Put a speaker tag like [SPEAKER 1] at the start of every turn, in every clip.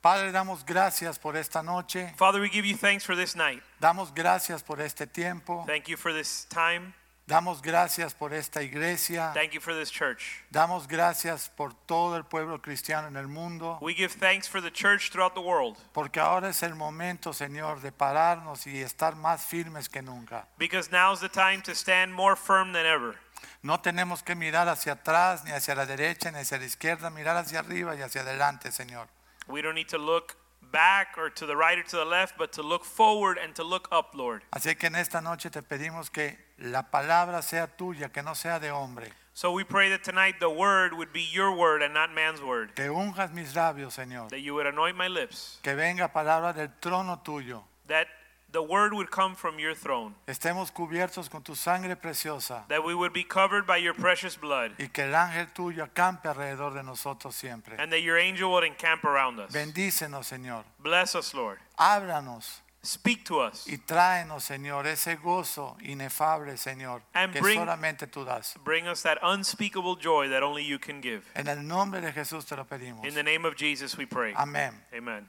[SPEAKER 1] Padre, damos gracias por esta noche,
[SPEAKER 2] Father, we give you thanks for this night.
[SPEAKER 1] damos gracias por este tiempo,
[SPEAKER 2] Thank you for this time.
[SPEAKER 1] damos gracias por esta iglesia,
[SPEAKER 2] Thank you for this church.
[SPEAKER 1] damos gracias por todo el pueblo cristiano en el mundo,
[SPEAKER 2] We give thanks for the church throughout the world
[SPEAKER 1] porque ahora es el momento, Señor, de pararnos y estar más firmes que nunca.
[SPEAKER 2] because now's the time to stand more firm than ever.
[SPEAKER 1] No tenemos que mirar hacia atrás, ni hacia la derecha, ni hacia la izquierda, mirar hacia arriba y hacia adelante, Señor.
[SPEAKER 2] We don't need to look back or to the right or to the left, but to look forward and to look up, Lord.
[SPEAKER 1] Así que en esta noche te pedimos que la palabra sea tuya, que no sea de hombre.
[SPEAKER 2] So we pray that tonight the word would be your word and not man's word,
[SPEAKER 1] Que unjas mis labios, Señor.
[SPEAKER 2] that you would anoint my lips,
[SPEAKER 1] Que venga palabra del trono tuyo.
[SPEAKER 2] that the word would come from your throne,
[SPEAKER 1] estemos cubiertos con tu sangre preciosa
[SPEAKER 2] that we would be covered by your precious blood,
[SPEAKER 1] y que el ángel tuyo acampe alrededor de nosotros siempre.
[SPEAKER 2] and that your angel would encamp around us.
[SPEAKER 1] Bendícenos, Señor.
[SPEAKER 2] Bless us, Lord.
[SPEAKER 1] Ábranos
[SPEAKER 2] Speak to us.
[SPEAKER 1] y tráenos, Señor, ese gozo inefable, Señor,
[SPEAKER 2] And
[SPEAKER 1] que
[SPEAKER 2] bring-
[SPEAKER 1] solamente tú das.
[SPEAKER 2] Bring us that unspeakable joy that only you can give.
[SPEAKER 1] En el nombre de Jesús te lo pedimos.
[SPEAKER 2] In the name of Jesus we pray.
[SPEAKER 1] Amén.
[SPEAKER 2] Amen.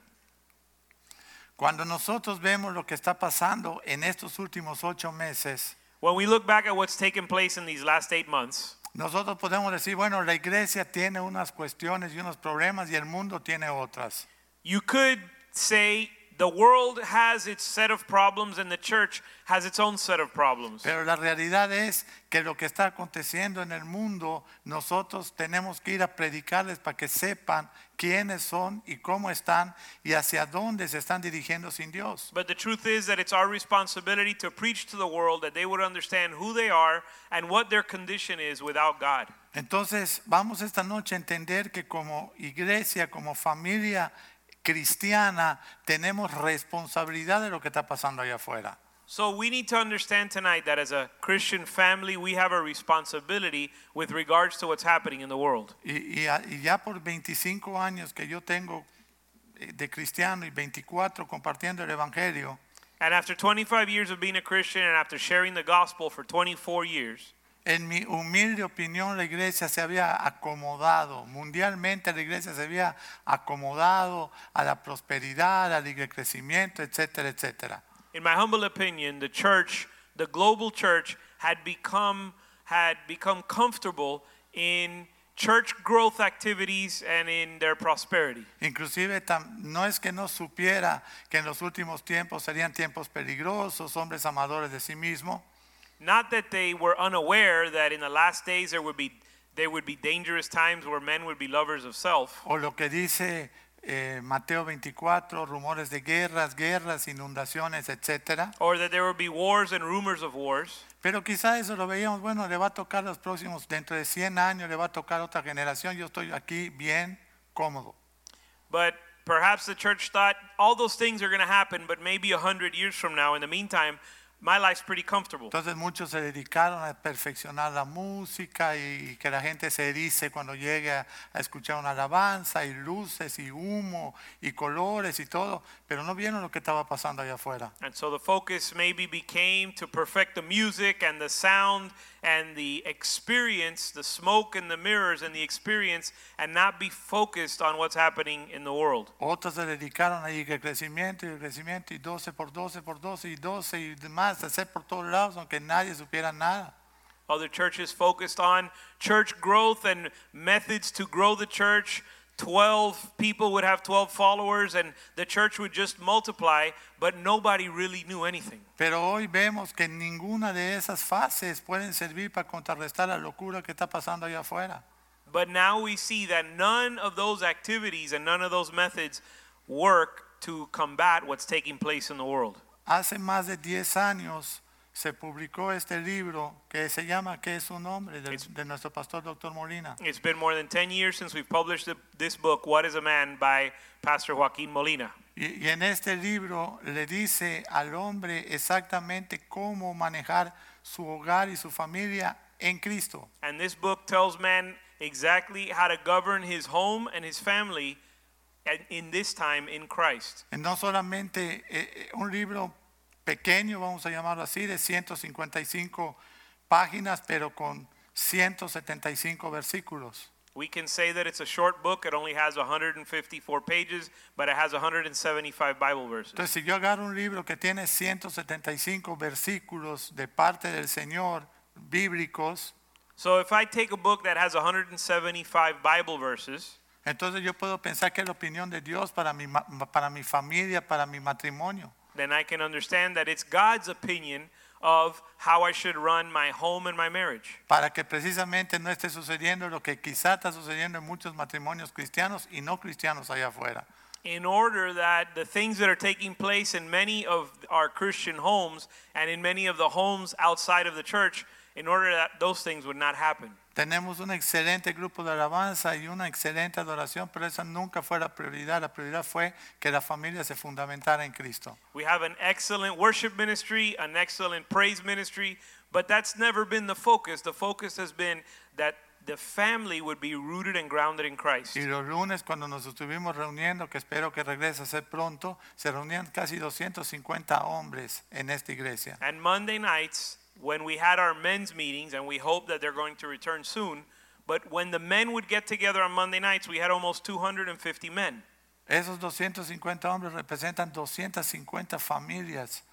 [SPEAKER 1] Cuando nosotros vemos lo que está pasando en estos últimos ocho meses,
[SPEAKER 2] When we look back at what's taken place in these last eight months,
[SPEAKER 1] nosotros podemos decir, bueno, la iglesia tiene unas cuestiones y unos problemas y el mundo tiene otras.
[SPEAKER 2] you could say the world has its set of problems and the church has its own set of problems.
[SPEAKER 1] Pero la realidad es que lo que está aconteciendo en el mundo, nosotros tenemos que ir a predicarles para que sepan quiénes son y cómo están y hacia dónde se están dirigiendo sin Dios.
[SPEAKER 2] But the truth is that it's our responsibility to preach to the world that they would understand who they are and what their condition is without God.
[SPEAKER 1] Entonces vamos esta noche a entender que como iglesia, como familia cristiana, tenemos responsabilidad de lo que está pasando allá afuera.
[SPEAKER 2] So we need to understand tonight that as a Christian family, we have a responsibility with regards to what's happening in the world.
[SPEAKER 1] Y, y a- y ya por 25 años que yo tengo eh, de cristiano y 24 compartiendo el Evangelio,
[SPEAKER 2] And after 25 years of being a Christian and after sharing the gospel for 24 years,
[SPEAKER 1] En mi humilde opinión, la iglesia se había acomodado, mundialmente la iglesia se había acomodado a la prosperidad, al libre crecimiento, etcétera, etcétera.
[SPEAKER 2] in my humble opinion, the church, the global church, had become had become comfortable in church growth activities and in their prosperity.
[SPEAKER 1] Inclusive tam- no es que no supiera que en los últimos tiempos serían tiempos peligrosos, hombres amadores de sí mismo,
[SPEAKER 2] Not that they were unaware that in the last days there would be there would be dangerous times where men would be lovers of self,
[SPEAKER 1] o lo que dice eh, Mateo 24, rumores de guerras, guerras, inundaciones, etcétera.
[SPEAKER 2] or that there would be wars and rumors of wars.
[SPEAKER 1] Pero quizá eso lo veíamos, bueno, le va a tocar los próximos, dentro de 100 años le va a tocar otra generación, yo estoy aquí bien cómodo.
[SPEAKER 2] But perhaps the church thought all those things are going to happen, but maybe a hundred years from now. In the meantime, my life's pretty comfortable.
[SPEAKER 1] Entonces muchos se dedicaron a perfeccionar la música y que la gente se erice cuando llegue a, a escuchar una alabanza y luces y humo y colores y todo, pero no vieron lo que estaba pasando allá afuera.
[SPEAKER 2] And so the focus maybe became to perfect the music and the sound and the experience, the smoke and the mirrors and the experience, and not be focused on what's happening in the world.
[SPEAKER 1] Otros se dedicaron a ir crecimiento y crecimiento y 12 por 12 por 12 y 12 y demás, hacer por todos lados aunque nadie supiera nada.
[SPEAKER 2] Other churches focused on church growth and methods to grow the church. 12 people would have 12 followers, and the church would just multiply, but nobody really knew anything.
[SPEAKER 1] Pero hoy vemos que ninguna de esas fases pueden servir para contrarrestar la locura que está pasando allá afuera.
[SPEAKER 2] But now we see that none of those activities and none of those methods work to combat what's taking place in the world.
[SPEAKER 1] Hace más de 10 años se publicó este libro que se llama ¿Qué es un hombre? de,
[SPEAKER 2] Es-
[SPEAKER 1] de nuestro pastor doctor Molina.
[SPEAKER 2] It's been more than 10 years since we've published the, this book, What is a Man, by Pastor Joaquin Molina.
[SPEAKER 1] Y, y en este libro le dice al hombre exactamente cómo manejar su hogar y su familia en Cristo.
[SPEAKER 2] And this book tells man exactly how to govern his home and his family and in this time in Christ.
[SPEAKER 1] Eh, No solamente eh, eh, un libro pequeño, vamos a llamarlo así, de 155 páginas, pero con 175 versículos.
[SPEAKER 2] We can say that it's a short book. It only has 154 pages, but it has 175 Bible verses.
[SPEAKER 1] Entonces, si yo agarro un libro que tiene 175 versículos de parte del Señor bíblicos,
[SPEAKER 2] So if I take a book that has 175 Bible verses,
[SPEAKER 1] entonces yo puedo pensar que es la opinión de Dios para mi, ma- para mi familia, para mi matrimonio.
[SPEAKER 2] then I can understand that it's God's opinion of how I should run my home and my marriage.
[SPEAKER 1] para que precisamente no esté sucediendo lo que quizá está sucediendo en muchos matrimonios cristianos y no cristianos allá afuera.
[SPEAKER 2] In order that the things that are taking place in many of our Christian homes and in many of the homes outside of the church, in order that those things would not happen.
[SPEAKER 1] Tenemos un excelente grupo de alabanza y una excelente adoración, pero esa nunca fue la prioridad. La prioridad fue que la familia se fundamentara en Cristo.
[SPEAKER 2] We have an excellent worship ministry, an excellent praise ministry, but that's never been the focus. The focus has been that the family would be rooted and grounded in Christ.
[SPEAKER 1] Y los lunes cuando nos estuvimos reuniendo, que espero que regrese a ser pronto, se reunían casi 250 hombres en esta iglesia.
[SPEAKER 2] And Monday nights, when we had our men's meetings, and we hope that they're going to return soon, but when the men would get together on Monday nights, we had almost 250 men.
[SPEAKER 1] Esos 250 hombres representan 250 familias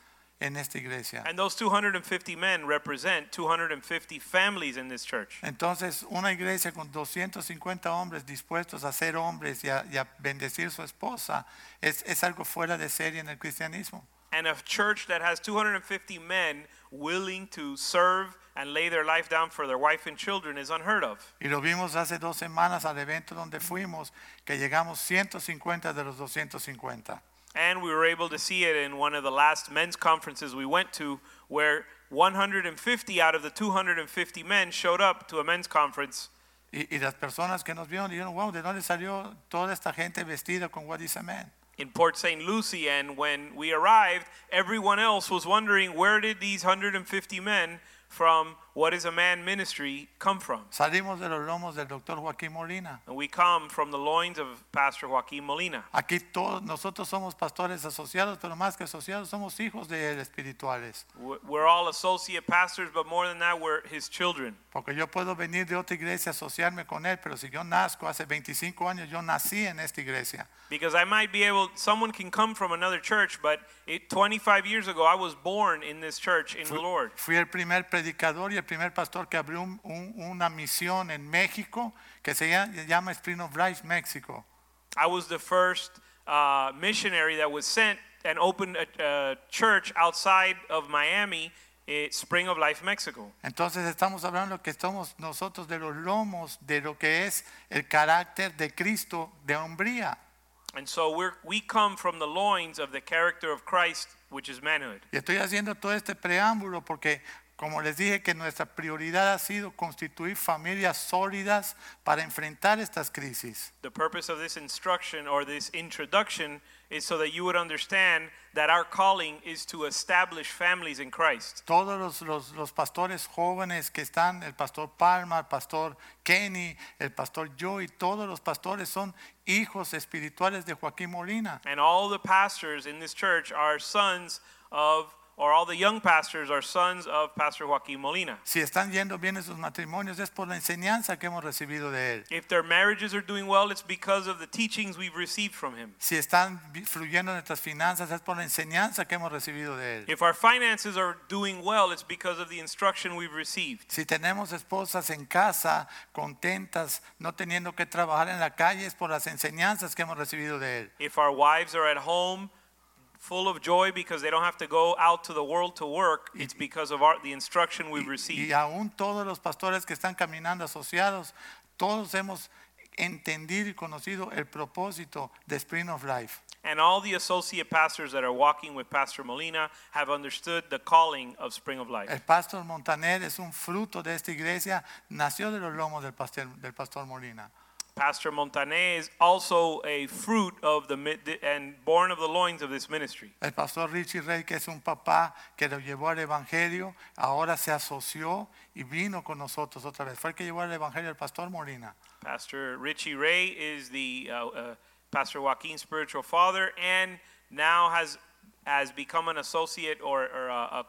[SPEAKER 1] en esta iglesia.
[SPEAKER 2] And those 250 men represent 250 families in this church.
[SPEAKER 1] Entonces, una iglesia con 250 hombres dispuestos a ser hombres y a, y a bendecir su esposa es, es algo fuera de serie en el cristianismo.
[SPEAKER 2] And a church that has 250 men willing to serve and lay their life down for their wife and children is unheard of.
[SPEAKER 1] Y lo vimos hace dos semanas al evento donde fuimos, que llegamos 150 de los 250.
[SPEAKER 2] And we were able to see it in one of the last men's conferences we went to, where 150 out of the 250 men showed up to a men's conference.
[SPEAKER 1] Y, y las personas que nos vieron dijeron, wow, ¿de dónde salió toda esta gente vestida con What is a Man?
[SPEAKER 2] in Port St. Lucie, and when we arrived, everyone else was wondering where did these 150 men from What is a Man ministry come from?
[SPEAKER 1] Salimos de los lomos del doctor Joaquín Molina.
[SPEAKER 2] And we come from the loins of Pastor Joaquin Molina.
[SPEAKER 1] Aquí todos, nosotros somos pastores asociados, pero más que asociados, somos hijos de él espirituales.
[SPEAKER 2] W- We're all associate pastors, but more than that, we're his children.
[SPEAKER 1] Porque yo puedo venir de otra iglesia, asociarme con él, pero si yo nazco hace 25 años, yo nací en esta iglesia.
[SPEAKER 2] Because I might be able, someone can come from another church, but it, 25 years ago, I was born in this church in the Lord.
[SPEAKER 1] Fui el primer predicador y el primer pastor que abrió un- un- una misión en México que se llama, llama Spring of Life México.
[SPEAKER 2] I was the first uh, missionary that was sent and opened a, a church outside of Miami, eh, Spring of Life, Mexico.
[SPEAKER 1] Entonces estamos hablando que estamos nosotros de los lomos de lo que es el carácter de Cristo de hombría.
[SPEAKER 2] And so we're, we come from the loins of the character of Christ, which is manhood.
[SPEAKER 1] Y estoy haciendo todo este preámbulo porque, como les dije, que nuestra prioridad ha sido constituir familias sólidas para enfrentar estas crisis.
[SPEAKER 2] The purpose of this instruction or this introduction is so that you would understand that our calling is to establish families in Christ.
[SPEAKER 1] todos los, los- los pastores jóvenes que están, el pastor Palma, el pastor Kenny, el pastor Joey, todos los pastores son hijos espirituales de Joaquín Molina.
[SPEAKER 2] And all the pastors in this church are sons of, or all the young pastors are sons of Pastor Joaquin Molina.
[SPEAKER 1] Si están yendo bien en sus matrimonios es por la enseñanza que hemos recibido de él.
[SPEAKER 2] If their marriages are doing well, it's because of the teachings we've received from him.
[SPEAKER 1] Si están vi- fluyendo en nuestras finanzas es por la enseñanza que hemos recibido de él.
[SPEAKER 2] If our finances are doing well, it's because of the instruction we've received.
[SPEAKER 1] Si tenemos esposas en casa contentas, no teniendo que trabajar en la calle, es por las enseñanzas que hemos recibido de él.
[SPEAKER 2] If our wives are at home full of joy because they don't have to go out to the world to work, it's because of our, the instruction we've
[SPEAKER 1] Y
[SPEAKER 2] received.
[SPEAKER 1] aún todos los pastores que están caminando asociados, todos hemos entendido y conocido el propósito de Spring of Life.
[SPEAKER 2] And all the associate pastors that are walking with Pastor Molina have understood the calling of Spring of Life.
[SPEAKER 1] El pastor Montaner es un fruto de esta iglesia, nació de los lomos del pastor, del pastor Molina.
[SPEAKER 2] Pastor Montané is also a fruit of the mi- and born of the loins of this ministry.
[SPEAKER 1] El pastor Richie Rey, que es un papá que lo llevó al Evangelio, ahora se asoció y vino con nosotros otra vez. Fue el que llevó al Evangelio al pastor Molina.
[SPEAKER 2] Pastor Richie Ray is the uh, uh, Pastor Joaquin's spiritual father, and now has has become an associate or, or a, a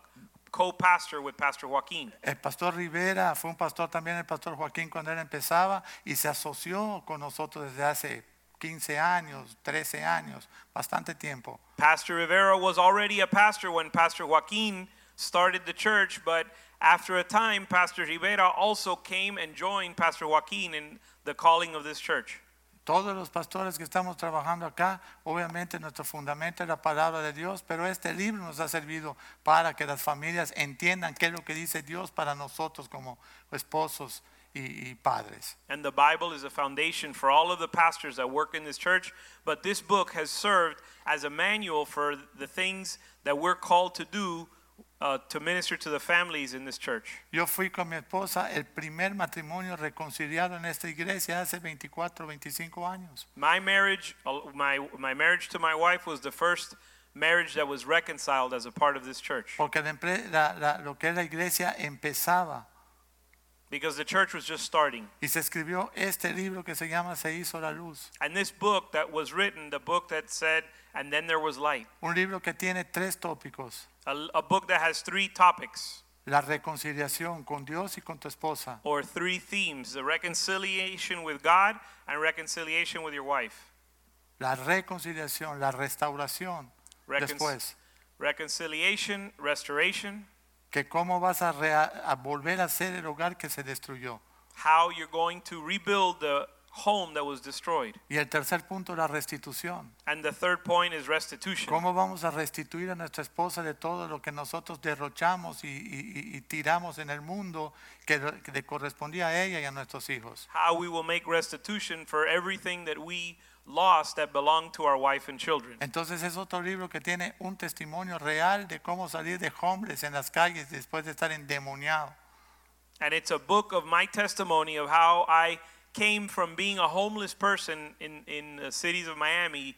[SPEAKER 2] co-pastor with Pastor Joaquin.
[SPEAKER 1] El pastor Rivera fue un pastor también, el pastor Joaquín cuando él empezaba y se asoció con nosotros desde hace 15 años, 13 años, bastante tiempo.
[SPEAKER 2] Pastor Rivera was already a pastor when Pastor Joaquin started the church, but after a time, Pastor Rivera also came and joined Pastor Joaquin in the calling of this church.
[SPEAKER 1] Todos los pastores que estamos trabajando acá, obviamente nuestro fundamento es la palabra de Dios, pero este libro nos ha servido para que las familias entiendan qué es lo que dice Dios para nosotros como esposos y, y padres.
[SPEAKER 2] And the Bible is a foundation for all of the pastors that work in this church. But this book has served as a manual for the things that we're called to do uh, to minister to the families in this church.
[SPEAKER 1] Yo fui con mi esposa el primer matrimonio reconciliado en esta iglesia hace 24, 25 años.
[SPEAKER 2] My marriage, uh, my, my marriage to my wife was the first marriage that was reconciled as a part of this church
[SPEAKER 1] Porque la empre- la- la- lo que es la iglesia empezaba
[SPEAKER 2] because the church was just starting.
[SPEAKER 1] y se escribió este libro que se llama Se hizo la luz.
[SPEAKER 2] And this book that was written, the book that said, and then there was light,
[SPEAKER 1] Un libro que tiene tres tópicos.
[SPEAKER 2] a, a book that has three topics.
[SPEAKER 1] La reconciliación con Dios y con tu esposa.
[SPEAKER 2] or three themes the reconciliation with God and reconciliation with your wife.
[SPEAKER 1] La reconciliación, la restauración.
[SPEAKER 2] Recon-
[SPEAKER 1] Después,
[SPEAKER 2] Reconciliation, restoration,
[SPEAKER 1] que cómo vas a, rea- a volver a ser el hogar que se destruyó.
[SPEAKER 2] how you're going to rebuild the home that was destroyed.
[SPEAKER 1] Y el tercer punto, la restitución.
[SPEAKER 2] And the third point is restitution.
[SPEAKER 1] ¿Cómo vamos a restituir a nuestra esposa de todo lo que nosotros derrochamos y, y- y- y tiramos en el mundo que, lo- que le correspondía a ella y a nuestros hijos?
[SPEAKER 2] How we will make restitution for everything that we lost that belonged to our wife and children.
[SPEAKER 1] Entonces es otro libro que tiene un testimonio real de cómo salir de hombres en las calles después de estar endemoniado.
[SPEAKER 2] And it's a book of my testimony of how I came from being a homeless person in, in the cities of Miami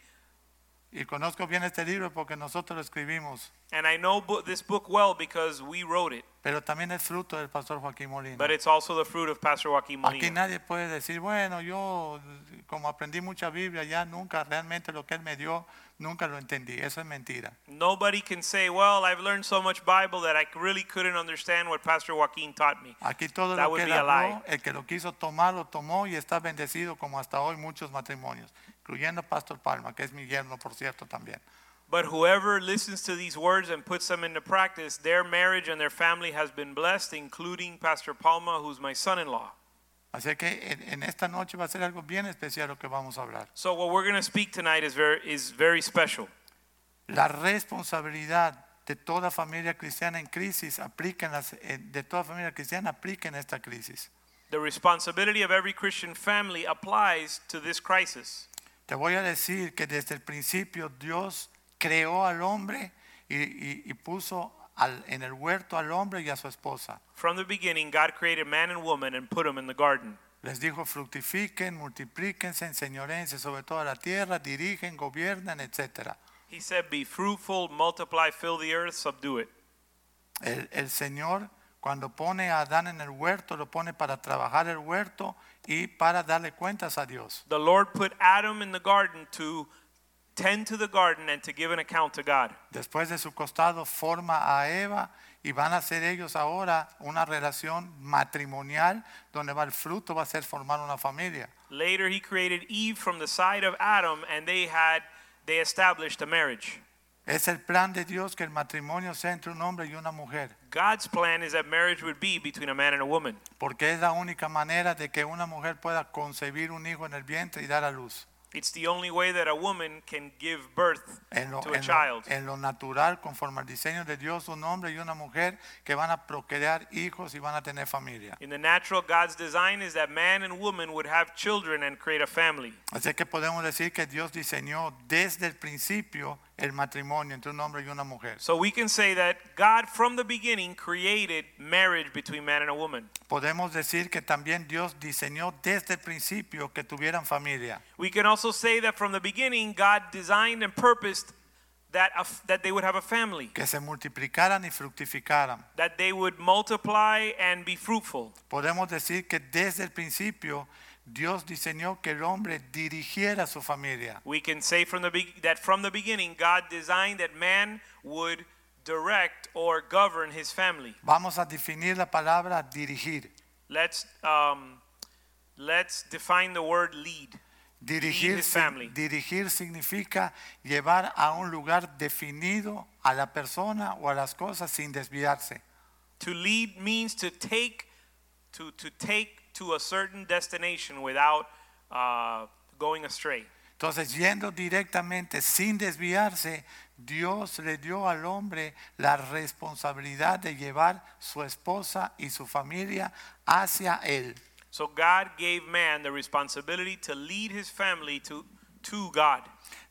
[SPEAKER 1] Y conozco bien este libro porque nosotros lo escribimos,
[SPEAKER 2] And I know bo- this book well because we wrote it,
[SPEAKER 1] pero también es fruto del pastor Joaquín Molina.
[SPEAKER 2] but it's also the fruit of Pastor Joaquin
[SPEAKER 1] Aquí
[SPEAKER 2] Molina.
[SPEAKER 1] nadie puede decir, bueno, yo como aprendí mucha Biblia, ya nunca realmente lo que él me dio, nunca lo entendí. Eso es mentira.
[SPEAKER 2] Nobody can say, well, I've learned so much Bible that I c- really couldn't understand what Pastor Joaquin taught me.
[SPEAKER 1] Aquí todo
[SPEAKER 2] That
[SPEAKER 1] lo
[SPEAKER 2] would
[SPEAKER 1] que él
[SPEAKER 2] be a
[SPEAKER 1] habló, el que lo quiso tomar, lo tomó y está bendecido como hasta hoy muchos matrimonios, incluyendo Pastor Palma, que es mi yerno, por cierto, también.
[SPEAKER 2] But whoever listens to these words and puts them into practice, their marriage and their family has been blessed, including Pastor Palma, who's my son in law.
[SPEAKER 1] Así que en, en esta noche va a ser algo bien especial lo que vamos a hablar.
[SPEAKER 2] So, what we're going to speak tonight is very, is very special.
[SPEAKER 1] La responsabilidad de toda familia cristiana en crisis aplica en las- en- de toda familia cristiana aplica en esta crisis.
[SPEAKER 2] The responsibility of every Christian family applies to this crisis.
[SPEAKER 1] Te voy a decir que desde el principio Dios creó al hombre y, y- y puso al- en el huerto al hombre y a su esposa.
[SPEAKER 2] From the beginning, God created man and woman and put them in the garden.
[SPEAKER 1] Les dijo, fructifiquen, multiplíquense, enseñorense sobre toda la tierra, dirigen, gobiernan, etc.
[SPEAKER 2] He said, Be fruitful, multiply, fill the earth, subdue it.
[SPEAKER 1] El, el Señor, cuando pone a Adán en el huerto, lo pone para trabajar el huerto y para darle cuentas a Dios.
[SPEAKER 2] The Lord put Adam in the garden to tend to the garden and to give an account to God.
[SPEAKER 1] Después de su costado forma a Eva y van a ser ellos ahora una relación matrimonial donde va el fruto, va a ser formar una familia.
[SPEAKER 2] Later, he created Eve from the side of Adam, and they had they established a marriage.
[SPEAKER 1] Es el plan de Dios que el matrimonio sea entre un hombre y una mujer,
[SPEAKER 2] God's plan is that marriage would be between a man and a woman
[SPEAKER 1] porque es la única manera de que una mujer pueda concebir un hijo en el vientre y dar a luz.
[SPEAKER 2] it's the only way that a woman can give birth
[SPEAKER 1] En lo,
[SPEAKER 2] to a
[SPEAKER 1] en lo-
[SPEAKER 2] child
[SPEAKER 1] en lo natural, conforme al diseño de Dios, un hombre y una mujer que van a procrear hijos y van a tener familia.
[SPEAKER 2] in the natural god's design is that man and woman would have children and create a family
[SPEAKER 1] Así que podemos decir que Dios diseñó desde el principio el matrimonio entre un hombre y una mujer.
[SPEAKER 2] So we can say that God from the beginning created marriage between man and a woman.
[SPEAKER 1] Podemos decir que también Dios diseñó desde el principio que tuvieran familia.
[SPEAKER 2] We can also say that from the beginning God designed and purposed that a f that they would have a family,
[SPEAKER 1] que se multiplicaran y fructificaran.
[SPEAKER 2] that they would multiply and be fruitful.
[SPEAKER 1] Podemos decir que desde el principio Dios diseñó que el hombre dirigiera su familia.
[SPEAKER 2] We can say from the be- that from the beginning God designed that man would direct or govern his family.
[SPEAKER 1] Vamos a definir la palabra dirigir.
[SPEAKER 2] Let's um, let's define the word lead.
[SPEAKER 1] Dirigir,
[SPEAKER 2] his
[SPEAKER 1] sig-
[SPEAKER 2] family.
[SPEAKER 1] dirigir significa llevar a un lugar definido a la persona o a las cosas sin desviarse.
[SPEAKER 2] To lead means to take to to take to a certain destination without uh, going astray.
[SPEAKER 1] Entonces, yendo directamente sin desviarse, Dios le dio al hombre la responsabilidad de llevar su esposa y su familia hacia él.
[SPEAKER 2] So God gave man the responsibility to lead his family to to God.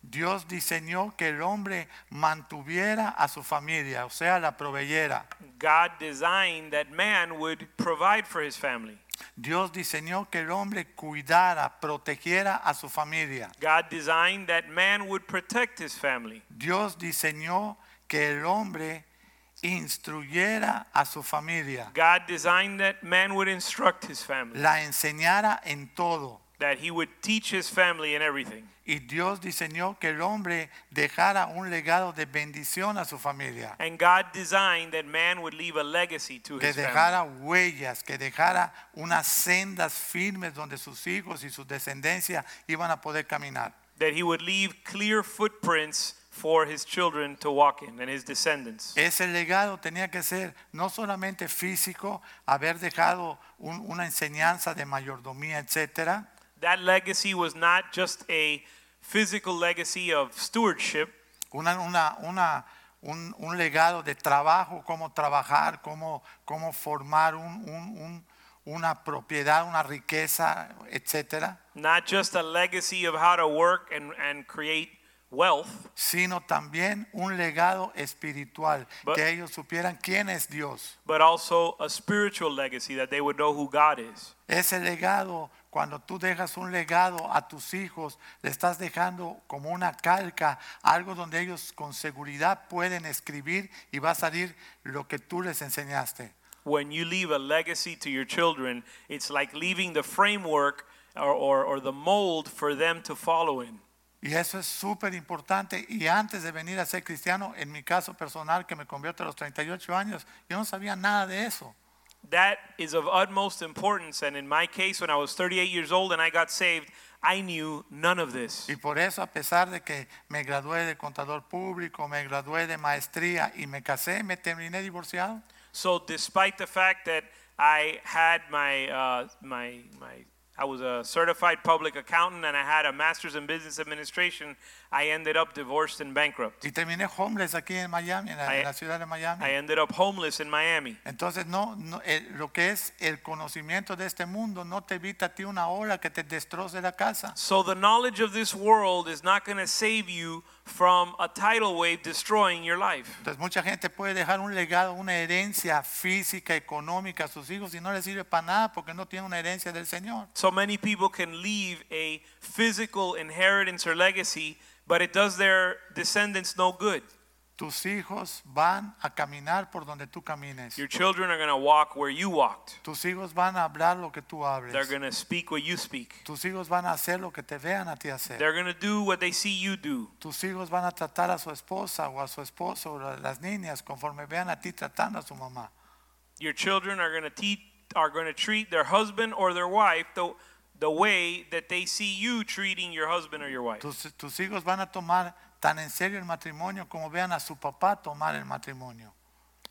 [SPEAKER 1] Dios diseñó que el hombre mantuviera a su familia, o sea, la proveyera.
[SPEAKER 2] God designed that man would provide for his family.
[SPEAKER 1] Dios diseñó que el hombre cuidara, protegiera a su familia.
[SPEAKER 2] God designed that man would protect his family.
[SPEAKER 1] Dios diseñó que el hombre instruyera a su familia,
[SPEAKER 2] God designed that man would instruct his family,
[SPEAKER 1] la enseñara en todo.
[SPEAKER 2] that he would teach his family in everything.
[SPEAKER 1] Y Dios diseñó que el hombre dejara un legado de bendición a su familia,
[SPEAKER 2] And God designed that man would leave a legacy to
[SPEAKER 1] que
[SPEAKER 2] his family,
[SPEAKER 1] dejara huellas, que dejara unas sendas firmes donde sus hijos y sus descendencias iban a poder caminar.
[SPEAKER 2] that he would leave clear footprints for his children to walk in and his descendants.
[SPEAKER 1] Ese legado tenía que ser no solamente físico, haber dejado un- una enseñanza de mayordomía, etcétera,
[SPEAKER 2] That legacy was not just a physical legacy of stewardship,
[SPEAKER 1] una, una- una- un, un legado de trabajo, cómo trabajar, cómo, cómo formar un- un- un- una propiedad, una riqueza, etcétera,
[SPEAKER 2] not just a legacy of how to work and, and create wealth,
[SPEAKER 1] sino también un legado espiritual,
[SPEAKER 2] But-
[SPEAKER 1] que ellos supieran quién es Dios.
[SPEAKER 2] but also a spiritual legacy that they would know who God is.
[SPEAKER 1] Ese legado, cuando tú dejas un legado a tus hijos, le estás dejando como una calca, algo donde ellos con seguridad pueden escribir y va a salir lo que tú les enseñaste.
[SPEAKER 2] when you leave a legacy to your children, it's like leaving the framework or, or, or the mold for them to follow in.
[SPEAKER 1] Y eso es súper importante. Y antes de venir a ser cristiano, en mi caso personal, que me convierto a los 38 años, yo no sabía nada de eso.
[SPEAKER 2] That is of utmost importance. And in my case, when I was 38 years old and I got saved, I knew none of this.
[SPEAKER 1] Y por eso, a pesar de que me gradué de contador público, me gradué de maestría y me casé, me terminé divorciado.
[SPEAKER 2] So, despite the fact that I had my, uh, my, my, I was a certified public accountant and I had a master's in business administration, I ended up divorced and bankrupt.
[SPEAKER 1] Y terminé homeless aquí en Miami, en la, en la ciudad de Miami.
[SPEAKER 2] I ended up homeless in Miami.
[SPEAKER 1] Entonces, no, no, eh, lo que es el conocimiento de este mundo no te evita a ti una hora que te destroce la casa.
[SPEAKER 2] So the knowledge of this world is not going to save you from a tidal wave destroying your life.
[SPEAKER 1] Entonces mucha gente puede dejar un legado, una herencia física, económica a sus hijos y no les sirve para nada porque no tiene una herencia del Señor.
[SPEAKER 2] So many people can leave a physical inheritance or legacy, but it does their descendants no good.
[SPEAKER 1] Tus hijos van a caminar por donde tú camines.
[SPEAKER 2] Your children are going to walk where you walked.
[SPEAKER 1] Tus hijos van a hablar lo que tú
[SPEAKER 2] They're
[SPEAKER 1] hables.
[SPEAKER 2] going to speak what you speak.
[SPEAKER 1] Tus hijos van a hacer lo que te vean a ti hacer.
[SPEAKER 2] They're going to do what they see you do.
[SPEAKER 1] Tus hijos van a tratar a su esposa o a su esposo o a las niñas conforme vean a ti tratando a su mamá.
[SPEAKER 2] Your children are going to teach are going to treat their husband or their wife the the way that they see you treating your husband or your wife.
[SPEAKER 1] Tus, tus hijos van a tomar tan en serio el matrimonio como vean a su papá tomar el matrimonio.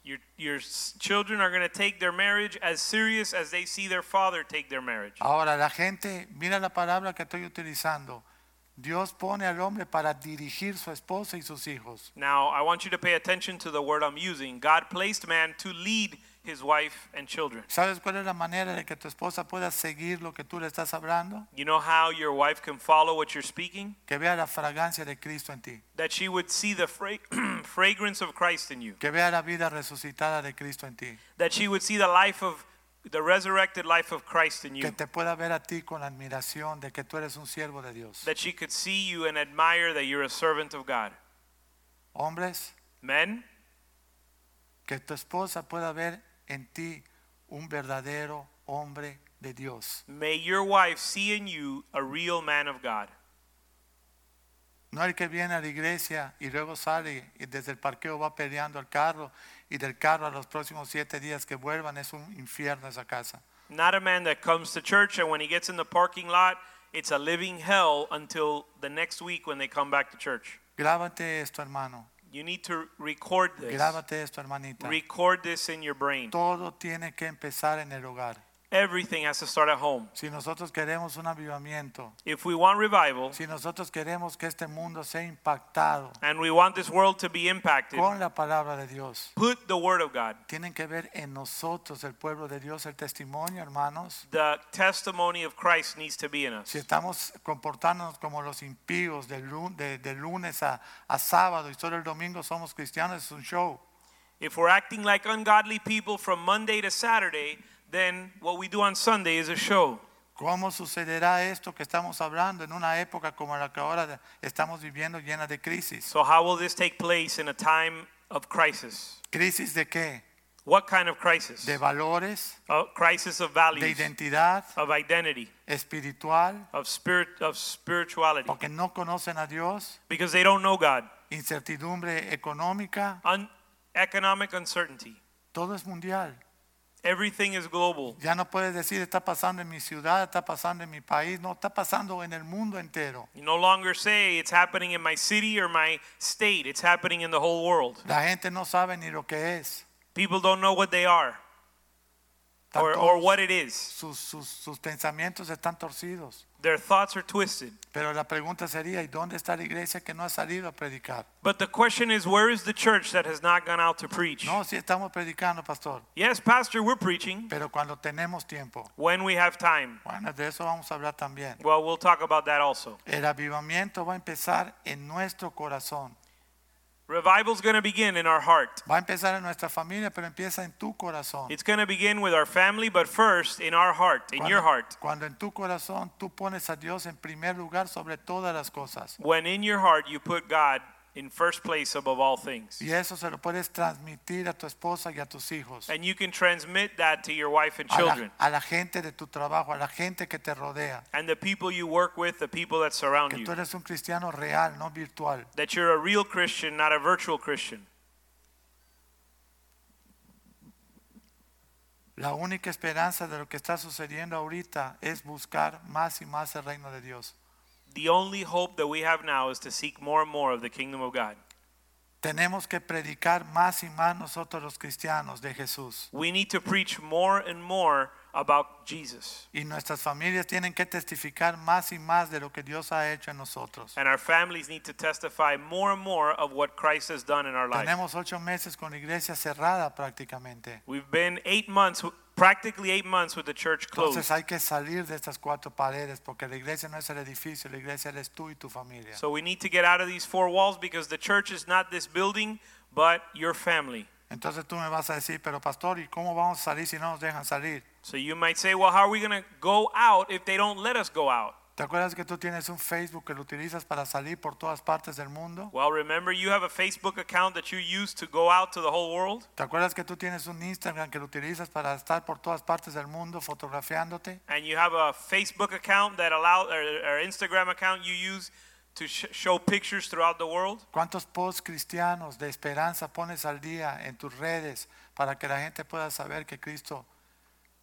[SPEAKER 2] Your, your s- children are going to take their marriage as serious as they see their father take their marriage.
[SPEAKER 1] Ahora la gente, mira la palabra que estoy utilizando. Dios pone al hombre para dirigir su esposa y sus hijos.
[SPEAKER 2] Now, I want you to pay attention to the word I'm using. God placed man to lead his wife and children.
[SPEAKER 1] ¿Sabes cuál es la manera de que tu esposa pueda seguir lo que tú le estás hablando?
[SPEAKER 2] You know how your wife can follow what you're speaking?
[SPEAKER 1] Que vea la fragancia de Cristo en ti,
[SPEAKER 2] That she would see the fra- fragrance of Christ in you.
[SPEAKER 1] que vea la vida resucitada de Cristo en ti,
[SPEAKER 2] That she would see the life of the resurrected life of Christ in
[SPEAKER 1] que
[SPEAKER 2] you.
[SPEAKER 1] te pueda ver a ti con admiración de que tú eres un siervo de Dios.
[SPEAKER 2] That she could see you and admire that you're a servant of God.
[SPEAKER 1] Hombres,
[SPEAKER 2] Men,
[SPEAKER 1] que tu esposa pueda ver en ti un verdadero hombre de Dios.
[SPEAKER 2] may your wife see in you a real man of God.
[SPEAKER 1] No el que viene a la iglesia y luego sale y desde el parqueo va peleando al carro y del carro a los próximos siete días que vuelvan es un infierno esa casa.
[SPEAKER 2] Not a man that comes to church and when he gets in the parking lot, it's a living hell until the next week when they come back to church.
[SPEAKER 1] Grábate esto, hermano.
[SPEAKER 2] You need to record this.
[SPEAKER 1] Grábate esto, hermanita.
[SPEAKER 2] Record this in your brain.
[SPEAKER 1] Todo tiene que empezar en el hogar.
[SPEAKER 2] Everything has to start at home.
[SPEAKER 1] Si nosotros queremos un avivamiento,
[SPEAKER 2] If we want revival
[SPEAKER 1] si nosotros queremos que este mundo sea impactado
[SPEAKER 2] and we want this world to be impacted,
[SPEAKER 1] con la palabra de Dios,
[SPEAKER 2] put the word of God,
[SPEAKER 1] tienen que ver en nosotros, el pueblo de Dios, el testimonio, hermanos.
[SPEAKER 2] the testimony of Christ needs to be in us.
[SPEAKER 1] Si estamos comportándonos como los impíos de, lu- de- de lunes a, a sábado y solo el domingo somos cristianos, es un show.
[SPEAKER 2] If we're acting like ungodly people from Monday to Saturday, then what we do on Sunday is a show.
[SPEAKER 1] ¿Cómo sucederá esto que estamos hablando en una época como la que ahora estamos viviendo llena de crisis?
[SPEAKER 2] So, how will this take place in a time of crisis?
[SPEAKER 1] ¿Crisis de qué?
[SPEAKER 2] What kind of crisis?
[SPEAKER 1] De valores,
[SPEAKER 2] A crisis of
[SPEAKER 1] de
[SPEAKER 2] values,
[SPEAKER 1] identidad
[SPEAKER 2] of identity,
[SPEAKER 1] espiritual,
[SPEAKER 2] of spirit, of spirituality,
[SPEAKER 1] porque no conocen a Dios,
[SPEAKER 2] because they don't know God.
[SPEAKER 1] incertidumbre económica,
[SPEAKER 2] Un- economic uncertainty.
[SPEAKER 1] todo es mundial.
[SPEAKER 2] Everything is global.
[SPEAKER 1] Ya no puedes decir está pasando en mi ciudad, está pasando en mi país, no, está pasando en el mundo entero.
[SPEAKER 2] You no longer say it's happening in my city or my state. It's happening in the whole world.
[SPEAKER 1] La gente no sabe ni lo que es.
[SPEAKER 2] People don't know what they are
[SPEAKER 1] Están
[SPEAKER 2] or,
[SPEAKER 1] todos-
[SPEAKER 2] or what it is.
[SPEAKER 1] sus, sus- sus pensamientos están torcidos.
[SPEAKER 2] Their thoughts are twisted.
[SPEAKER 1] Pero la pregunta sería, ¿y dónde está la iglesia que no ha salido a predicar?
[SPEAKER 2] But the question is, where is the church that has not gone out to preach?
[SPEAKER 1] No, sí estamos predicando, pastor,
[SPEAKER 2] Yes, Pastor, we're preaching
[SPEAKER 1] pero cuando tenemos tiempo.
[SPEAKER 2] when we have time.
[SPEAKER 1] Bueno, de eso vamos a hablar también.
[SPEAKER 2] Well, we'll talk about that also.
[SPEAKER 1] El avivamiento va a empezar en nuestro corazón.
[SPEAKER 2] Revival's going to begin in our heart.
[SPEAKER 1] Va a empezar en nuestra familia, pero empieza en tu corazón.
[SPEAKER 2] It's going to begin with our family, but first in our heart, in your heart.
[SPEAKER 1] cuando en tu corazón tú pones a Dios en primer lugar sobre todas las cosas.
[SPEAKER 2] When in your heart you put God in first place above all things.
[SPEAKER 1] Y eso se lo puedes transmitir a tu esposa y a tus hijos.
[SPEAKER 2] And you can transmit that to your wife and
[SPEAKER 1] A la-
[SPEAKER 2] children
[SPEAKER 1] a la gente de tu trabajo, a la gente que te rodea.
[SPEAKER 2] and the people you work with, the people that surround
[SPEAKER 1] que
[SPEAKER 2] you.
[SPEAKER 1] tú eres un cristiano real, no virtual.
[SPEAKER 2] That you're a real Christian, not a virtual Christian.
[SPEAKER 1] La única esperanza de lo que está sucediendo ahorita es buscar más y más el reino de Dios.
[SPEAKER 2] The only hope that we have now is to seek more and more of the kingdom of God.
[SPEAKER 1] Tenemos que predicar más y más nosotros los cristianos de Jesús.
[SPEAKER 2] We need to preach more and more about Jesus.
[SPEAKER 1] Y nuestras familias tienen que testificar más y más de lo que Dios ha hecho en nosotros.
[SPEAKER 2] And our families need to testify more and more of what Christ has done in our life.
[SPEAKER 1] Tenemos ocho meses con la iglesia cerrada prácticamente.
[SPEAKER 2] We've been eight months, practically eight months, with the church
[SPEAKER 1] Entonces
[SPEAKER 2] closed.
[SPEAKER 1] hay que salir de estas cuatro paredes porque la iglesia no es el edificio, la iglesia eres tú y tu familia.
[SPEAKER 2] So we need to get out of these four walls because the church is not this building, but your family.
[SPEAKER 1] Entonces tú me vas a decir, pero pastor, ¿y cómo vamos a salir si no nos dejan salir?
[SPEAKER 2] So you might say, well, how are we going to go out if they don't let us go out?
[SPEAKER 1] ¿Te acuerdas que tú tienes un Facebook que lo utilizas para salir por todas partes del mundo?
[SPEAKER 2] Well, remember, you have a Facebook account that you use to go out to the whole world.
[SPEAKER 1] ¿Te acuerdas que tú tienes un Instagram que lo utilizas para estar por todas partes del mundo fotografiándote?
[SPEAKER 2] And you have a Facebook account that allow or, or Instagram account you use to sh- show pictures throughout the world.
[SPEAKER 1] ¿Cuántos posts cristianos de esperanza pones al día en tus redes para que la gente pueda saber que Cristo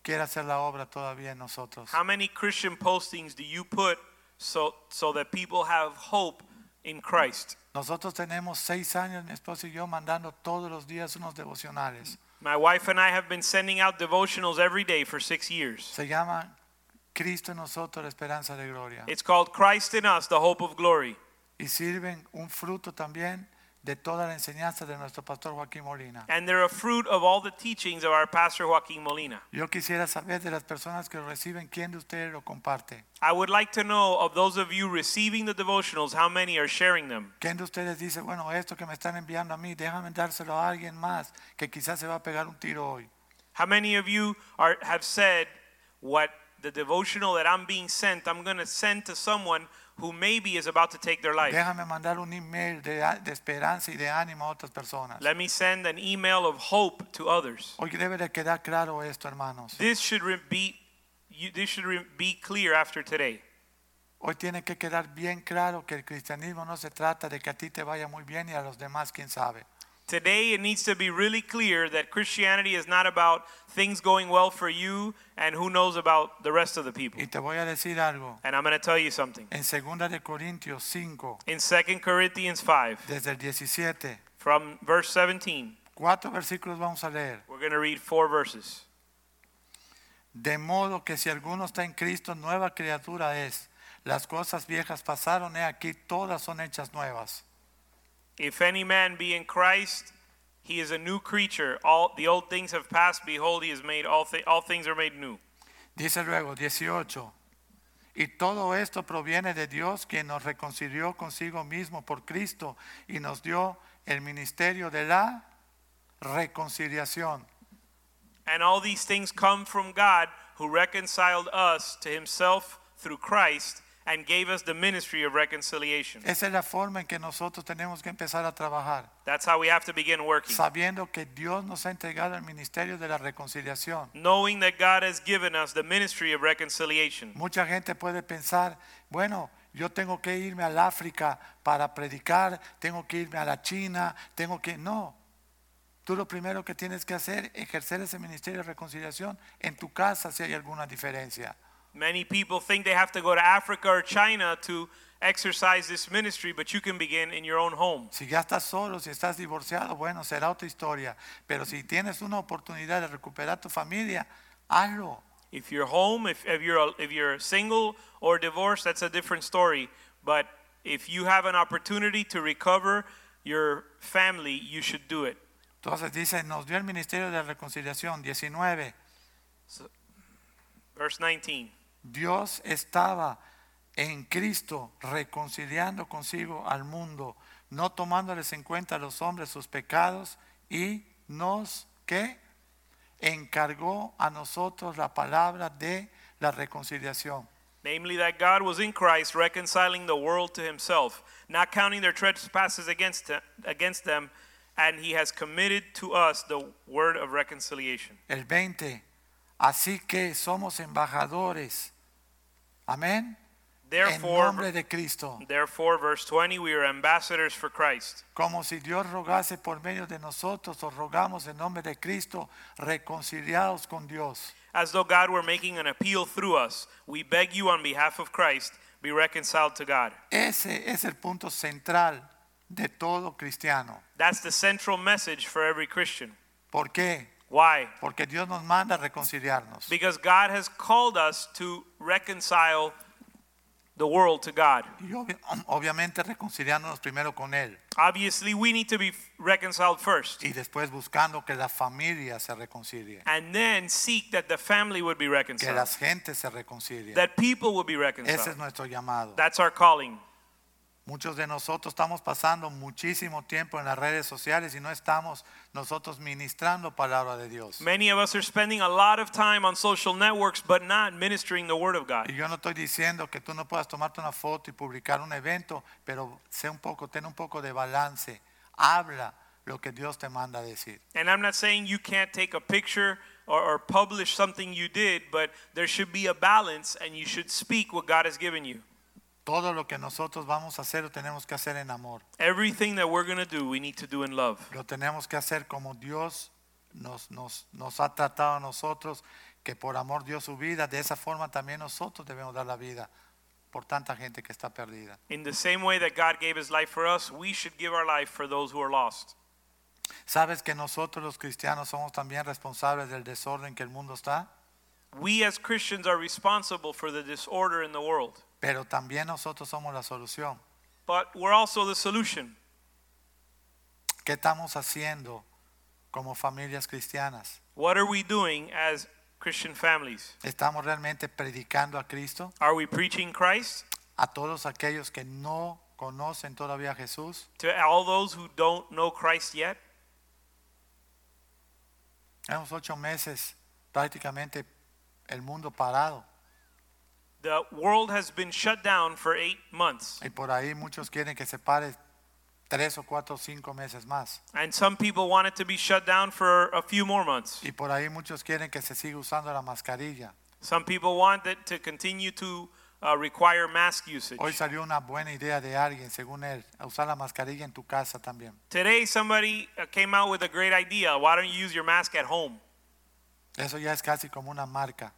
[SPEAKER 1] quiere hacer la obra todavía en nosotros?
[SPEAKER 2] How many Christian postings do you put so so that people have hope in Christ?
[SPEAKER 1] Nosotros tenemos seis años, mi esposo y yo, mandando todos los días unos devocionales.
[SPEAKER 2] My wife and I have been sending out devotionals every day for 6 years.
[SPEAKER 1] Se llama Cristo en nosotros, la esperanza de gloria.
[SPEAKER 2] It's called Christ in Us, the hope of glory.
[SPEAKER 1] y sirven un fruto también de toda la enseñanza de nuestro pastor Joaquín Molina.
[SPEAKER 2] And they're a fruit of all the teachings of our pastor Joaquin Molina.
[SPEAKER 1] Yo quisiera saber de las personas que lo reciben, ¿quién de ustedes lo comparte?
[SPEAKER 2] I would like to know of those of you receiving the devotionals, how many are sharing them?
[SPEAKER 1] ¿Quién de ustedes dice, bueno, esto que me están enviando a mí, déjame dárselo a alguien más que quizás se va a pegar un tiro hoy?
[SPEAKER 2] How many of you are, have said, What the devotional that I'm being sent, I'm going to send to someone who maybe is about to take their life?
[SPEAKER 1] Déjame mandar un email de, de esperanza y de ánimo a otras personas.
[SPEAKER 2] Let me send an email of hope to others.
[SPEAKER 1] Hoy debe de quedar claro esto, hermanos.
[SPEAKER 2] This should re- be you, this should re- be clear after today.
[SPEAKER 1] Hoy tiene que quedar bien claro que el cristianismo no se trata de que a ti te vaya muy bien y a los demás quién sabe.
[SPEAKER 2] Today it needs to be really clear that Christianity is not about things going well for you and who knows about the rest of the people.
[SPEAKER 1] Y te voy a decir algo.
[SPEAKER 2] And I'm going to tell you something.
[SPEAKER 1] En 2 de Corintios 5,
[SPEAKER 2] In 2 Corinthians 5
[SPEAKER 1] desde el 17,
[SPEAKER 2] from verse 17,
[SPEAKER 1] cuatro versículos vamos a leer.
[SPEAKER 2] we're going to read four verses.
[SPEAKER 1] De modo que si alguno está en Cristo, nueva criatura es. Las cosas viejas pasaron, he aquí, todas son hechas nuevas.
[SPEAKER 2] If any man be in Christ, he is a new creature. All the old things have passed. Behold, he is made all, thi- all things are made new.
[SPEAKER 1] Dice luego 18. Y todo esto proviene de Dios, quien nos reconcilió consigo mismo por Cristo y nos dio el ministerio de la reconciliación.
[SPEAKER 2] And all these things come from God, who reconciled us to himself through Christ and gave us the ministry of reconciliation.
[SPEAKER 1] Esa es la forma en que nosotros tenemos que empezar a trabajar,
[SPEAKER 2] That's how we have to begin working.
[SPEAKER 1] sabiendo que Dios nos ha entregado el ministerio de la reconciliación.
[SPEAKER 2] Knowing that God has given us the ministry of reconciliation.
[SPEAKER 1] Mucha gente puede pensar, bueno, yo tengo que irme al África para predicar, tengo que irme a la China, tengo que... No, tú lo primero que tienes que hacer, ejercer ese ministerio de reconciliación en tu casa si hay alguna diferencia.
[SPEAKER 2] Many people think they have to go to Africa or China to exercise this ministry, but you can begin in your own home.
[SPEAKER 1] Si ya estás solo, si estás divorciado, bueno, será otra historia. Pero si tienes una oportunidad de recuperar tu familia, hazlo.
[SPEAKER 2] If you're home, if, if you're if you're single or divorced, that's a different story. But if you have an opportunity to recover your family, you should do it.
[SPEAKER 1] Entonces dice, nos dio el ministerio de la reconciliación 19.
[SPEAKER 2] Verse 19.
[SPEAKER 1] Dios estaba en Cristo reconciliando consigo al mundo, no tomándoles en cuenta a los hombres sus pecados y nos que encargó a nosotros la palabra de la reconciliación.
[SPEAKER 2] Namely, that God was in Christ reconciling the world to himself, not counting their trespasses against, them, against them, and he has committed to us the word of reconciliation.
[SPEAKER 1] El 20. Así que somos embajadores. Amén. En nombre
[SPEAKER 2] Therefore,
[SPEAKER 1] de Cristo.
[SPEAKER 2] therefore, verse 20, we are ambassadors for Christ.
[SPEAKER 1] Como si Dios rogase por medio de nosotros, os rogamos en nombre de Cristo, reconciliados con Dios.
[SPEAKER 2] As though God were making an appeal through us, we beg you on behalf of Christ, be reconciled to God.
[SPEAKER 1] Ese es el punto central de todo cristiano.
[SPEAKER 2] That's the central message for every Christian.
[SPEAKER 1] ¿Por qué?
[SPEAKER 2] Why?
[SPEAKER 1] Porque Dios nos manda a reconciliarnos.
[SPEAKER 2] Because God has called us to reconcile the world to God.
[SPEAKER 1] Y obvi- obviamente reconciliándonos primero con Él
[SPEAKER 2] Obviously, we need to be reconciled first
[SPEAKER 1] y después buscando que la familia se reconcilie,
[SPEAKER 2] and then seek that the family would be
[SPEAKER 1] que
[SPEAKER 2] reconciled,
[SPEAKER 1] las gentes se reconcilien.
[SPEAKER 2] that people would be
[SPEAKER 1] Ese es
[SPEAKER 2] reconciled.
[SPEAKER 1] nuestro llamado.
[SPEAKER 2] That's our calling.
[SPEAKER 1] Muchos de nosotros estamos pasando muchísimo tiempo en las redes sociales y no estamos nosotros ministrando palabra de Dios.
[SPEAKER 2] Many of us are spending a lot of time on social networks but not ministering the Word of God.
[SPEAKER 1] Y yo no estoy diciendo que tú no puedas tomarte una foto y publicar un evento, pero sé un poco, ten un poco de balance. Habla lo que Dios te manda a decir.
[SPEAKER 2] And I'm not saying you can't take a picture or, or publish something you did, but there should be a balance and you should speak what God has given you.
[SPEAKER 1] Todo lo que nosotros vamos a hacer lo tenemos que hacer en amor.
[SPEAKER 2] Everything that we're going to do, we need to do in love.
[SPEAKER 1] Lo tenemos que hacer como Dios nos, nos, nos ha tratado a nosotros, que por amor dio su vida. De esa forma también nosotros debemos dar la vida por tanta gente que está perdida.
[SPEAKER 2] In the same way that God gave his life for us, we should give our life for those who are lost.
[SPEAKER 1] ¿Sabes que nosotros los cristianos somos también responsables del desorden que el mundo está?
[SPEAKER 2] We as Christians are responsible for the disorder in the world,
[SPEAKER 1] Pero también nosotros somos la solución.
[SPEAKER 2] but we're also the solution.
[SPEAKER 1] ¿Qué estamos haciendo como familias cristianas?
[SPEAKER 2] What are we doing as Christian families?
[SPEAKER 1] ¿Estamos realmente predicando a Cristo?
[SPEAKER 2] Are we preaching Christ
[SPEAKER 1] A todos aquellos que no conocen todavía a Jesús,
[SPEAKER 2] to all those who don't know Christ yet?
[SPEAKER 1] Tenemos ocho meses prácticamente el mundo parado
[SPEAKER 2] The world has been shut down for eight months,
[SPEAKER 1] y por ahí muchos quieren que se pare tres o cuatro o cinco meses más
[SPEAKER 2] and some people want it to be shut down for a few more months.
[SPEAKER 1] y por ahí muchos quieren que se siga usando la mascarilla.
[SPEAKER 2] Some people want it to continue to uh, require mask usage.
[SPEAKER 1] Hoy salió una buena idea de alguien, según él, a usar la mascarilla en tu casa también.
[SPEAKER 2] Today, somebody uh, came out with a great idea. Why don't you use your mask at home?
[SPEAKER 1] Eso ya es casi como una marca.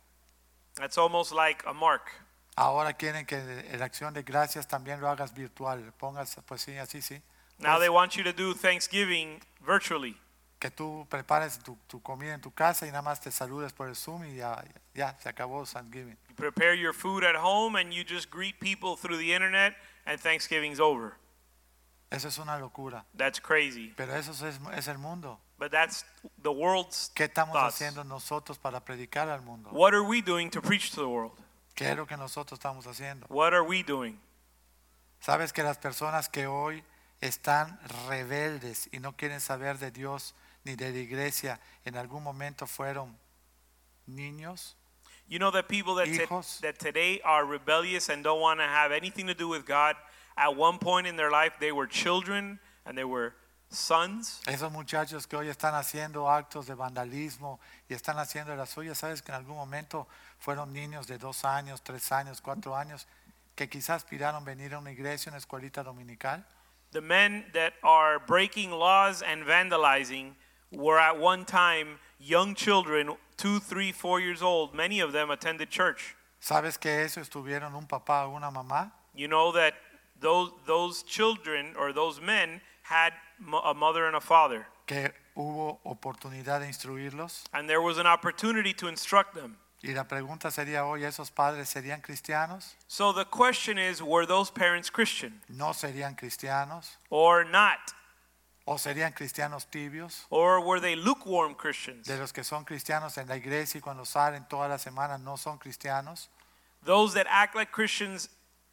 [SPEAKER 2] That's almost like a mark.
[SPEAKER 1] Ahora quieren que en la acción de gracias también lo hagas virtual. Pongas, pues sí, así sí.
[SPEAKER 2] Now
[SPEAKER 1] Pues,
[SPEAKER 2] they want you to do Thanksgiving virtually.
[SPEAKER 1] que tú prepares tu, tu comida en tu casa y nada más te saludes por el Zoom y ya, ya se acabó Thanksgiving.
[SPEAKER 2] You prepare your food at home and you just greet people through the internet, and Thanksgiving's over.
[SPEAKER 1] Eso es una locura.
[SPEAKER 2] That's crazy.
[SPEAKER 1] Pero eso es, es el mundo.
[SPEAKER 2] But that's the world's
[SPEAKER 1] ¿Qué estamos
[SPEAKER 2] thoughts.
[SPEAKER 1] haciendo nosotros para predicar al mundo?
[SPEAKER 2] What are we doing to preach to the world?
[SPEAKER 1] ¿Qué es lo que nosotros estamos haciendo?
[SPEAKER 2] What are we doing?
[SPEAKER 1] Sabes que las personas que hoy están rebeldes y no quieren saber de Dios ni de la iglesia, en algún momento fueron niños.
[SPEAKER 2] You know that people that, to-
[SPEAKER 1] Hijos.
[SPEAKER 2] that today are rebellious and don't want to have anything to do with God, at one point in their life they were children and they were sons.
[SPEAKER 1] Esos muchachos que hoy están haciendo actos de vandalismo y están haciendo de las suyas, sabes que en algún momento fueron niños de dos años, tres años, cuatro años, que quizás aspiraron venir a una iglesia, una escuelita dominical,
[SPEAKER 2] The men that are breaking laws and vandalizing were at one time young children, two, three, four years old. Many of them attended church.
[SPEAKER 1] sabes que eso estuvieron un papá o una mamá
[SPEAKER 2] You know that those, those children or those men had mo- a mother and a father,
[SPEAKER 1] que hubo oportunidad de instruirlos.
[SPEAKER 2] and there was an opportunity to instruct them.
[SPEAKER 1] Y la pregunta sería hoy, ¿esos padres serían cristianos?
[SPEAKER 2] So the question is were those parents Christian
[SPEAKER 1] ¿No serían cristianos?
[SPEAKER 2] or not?
[SPEAKER 1] ¿O serían cristianos tibios?
[SPEAKER 2] Or were they lukewarm Christians?
[SPEAKER 1] De los que son cristianos en la iglesia y cuando salen toda la semana no son cristianos.
[SPEAKER 2] Those that act like Christians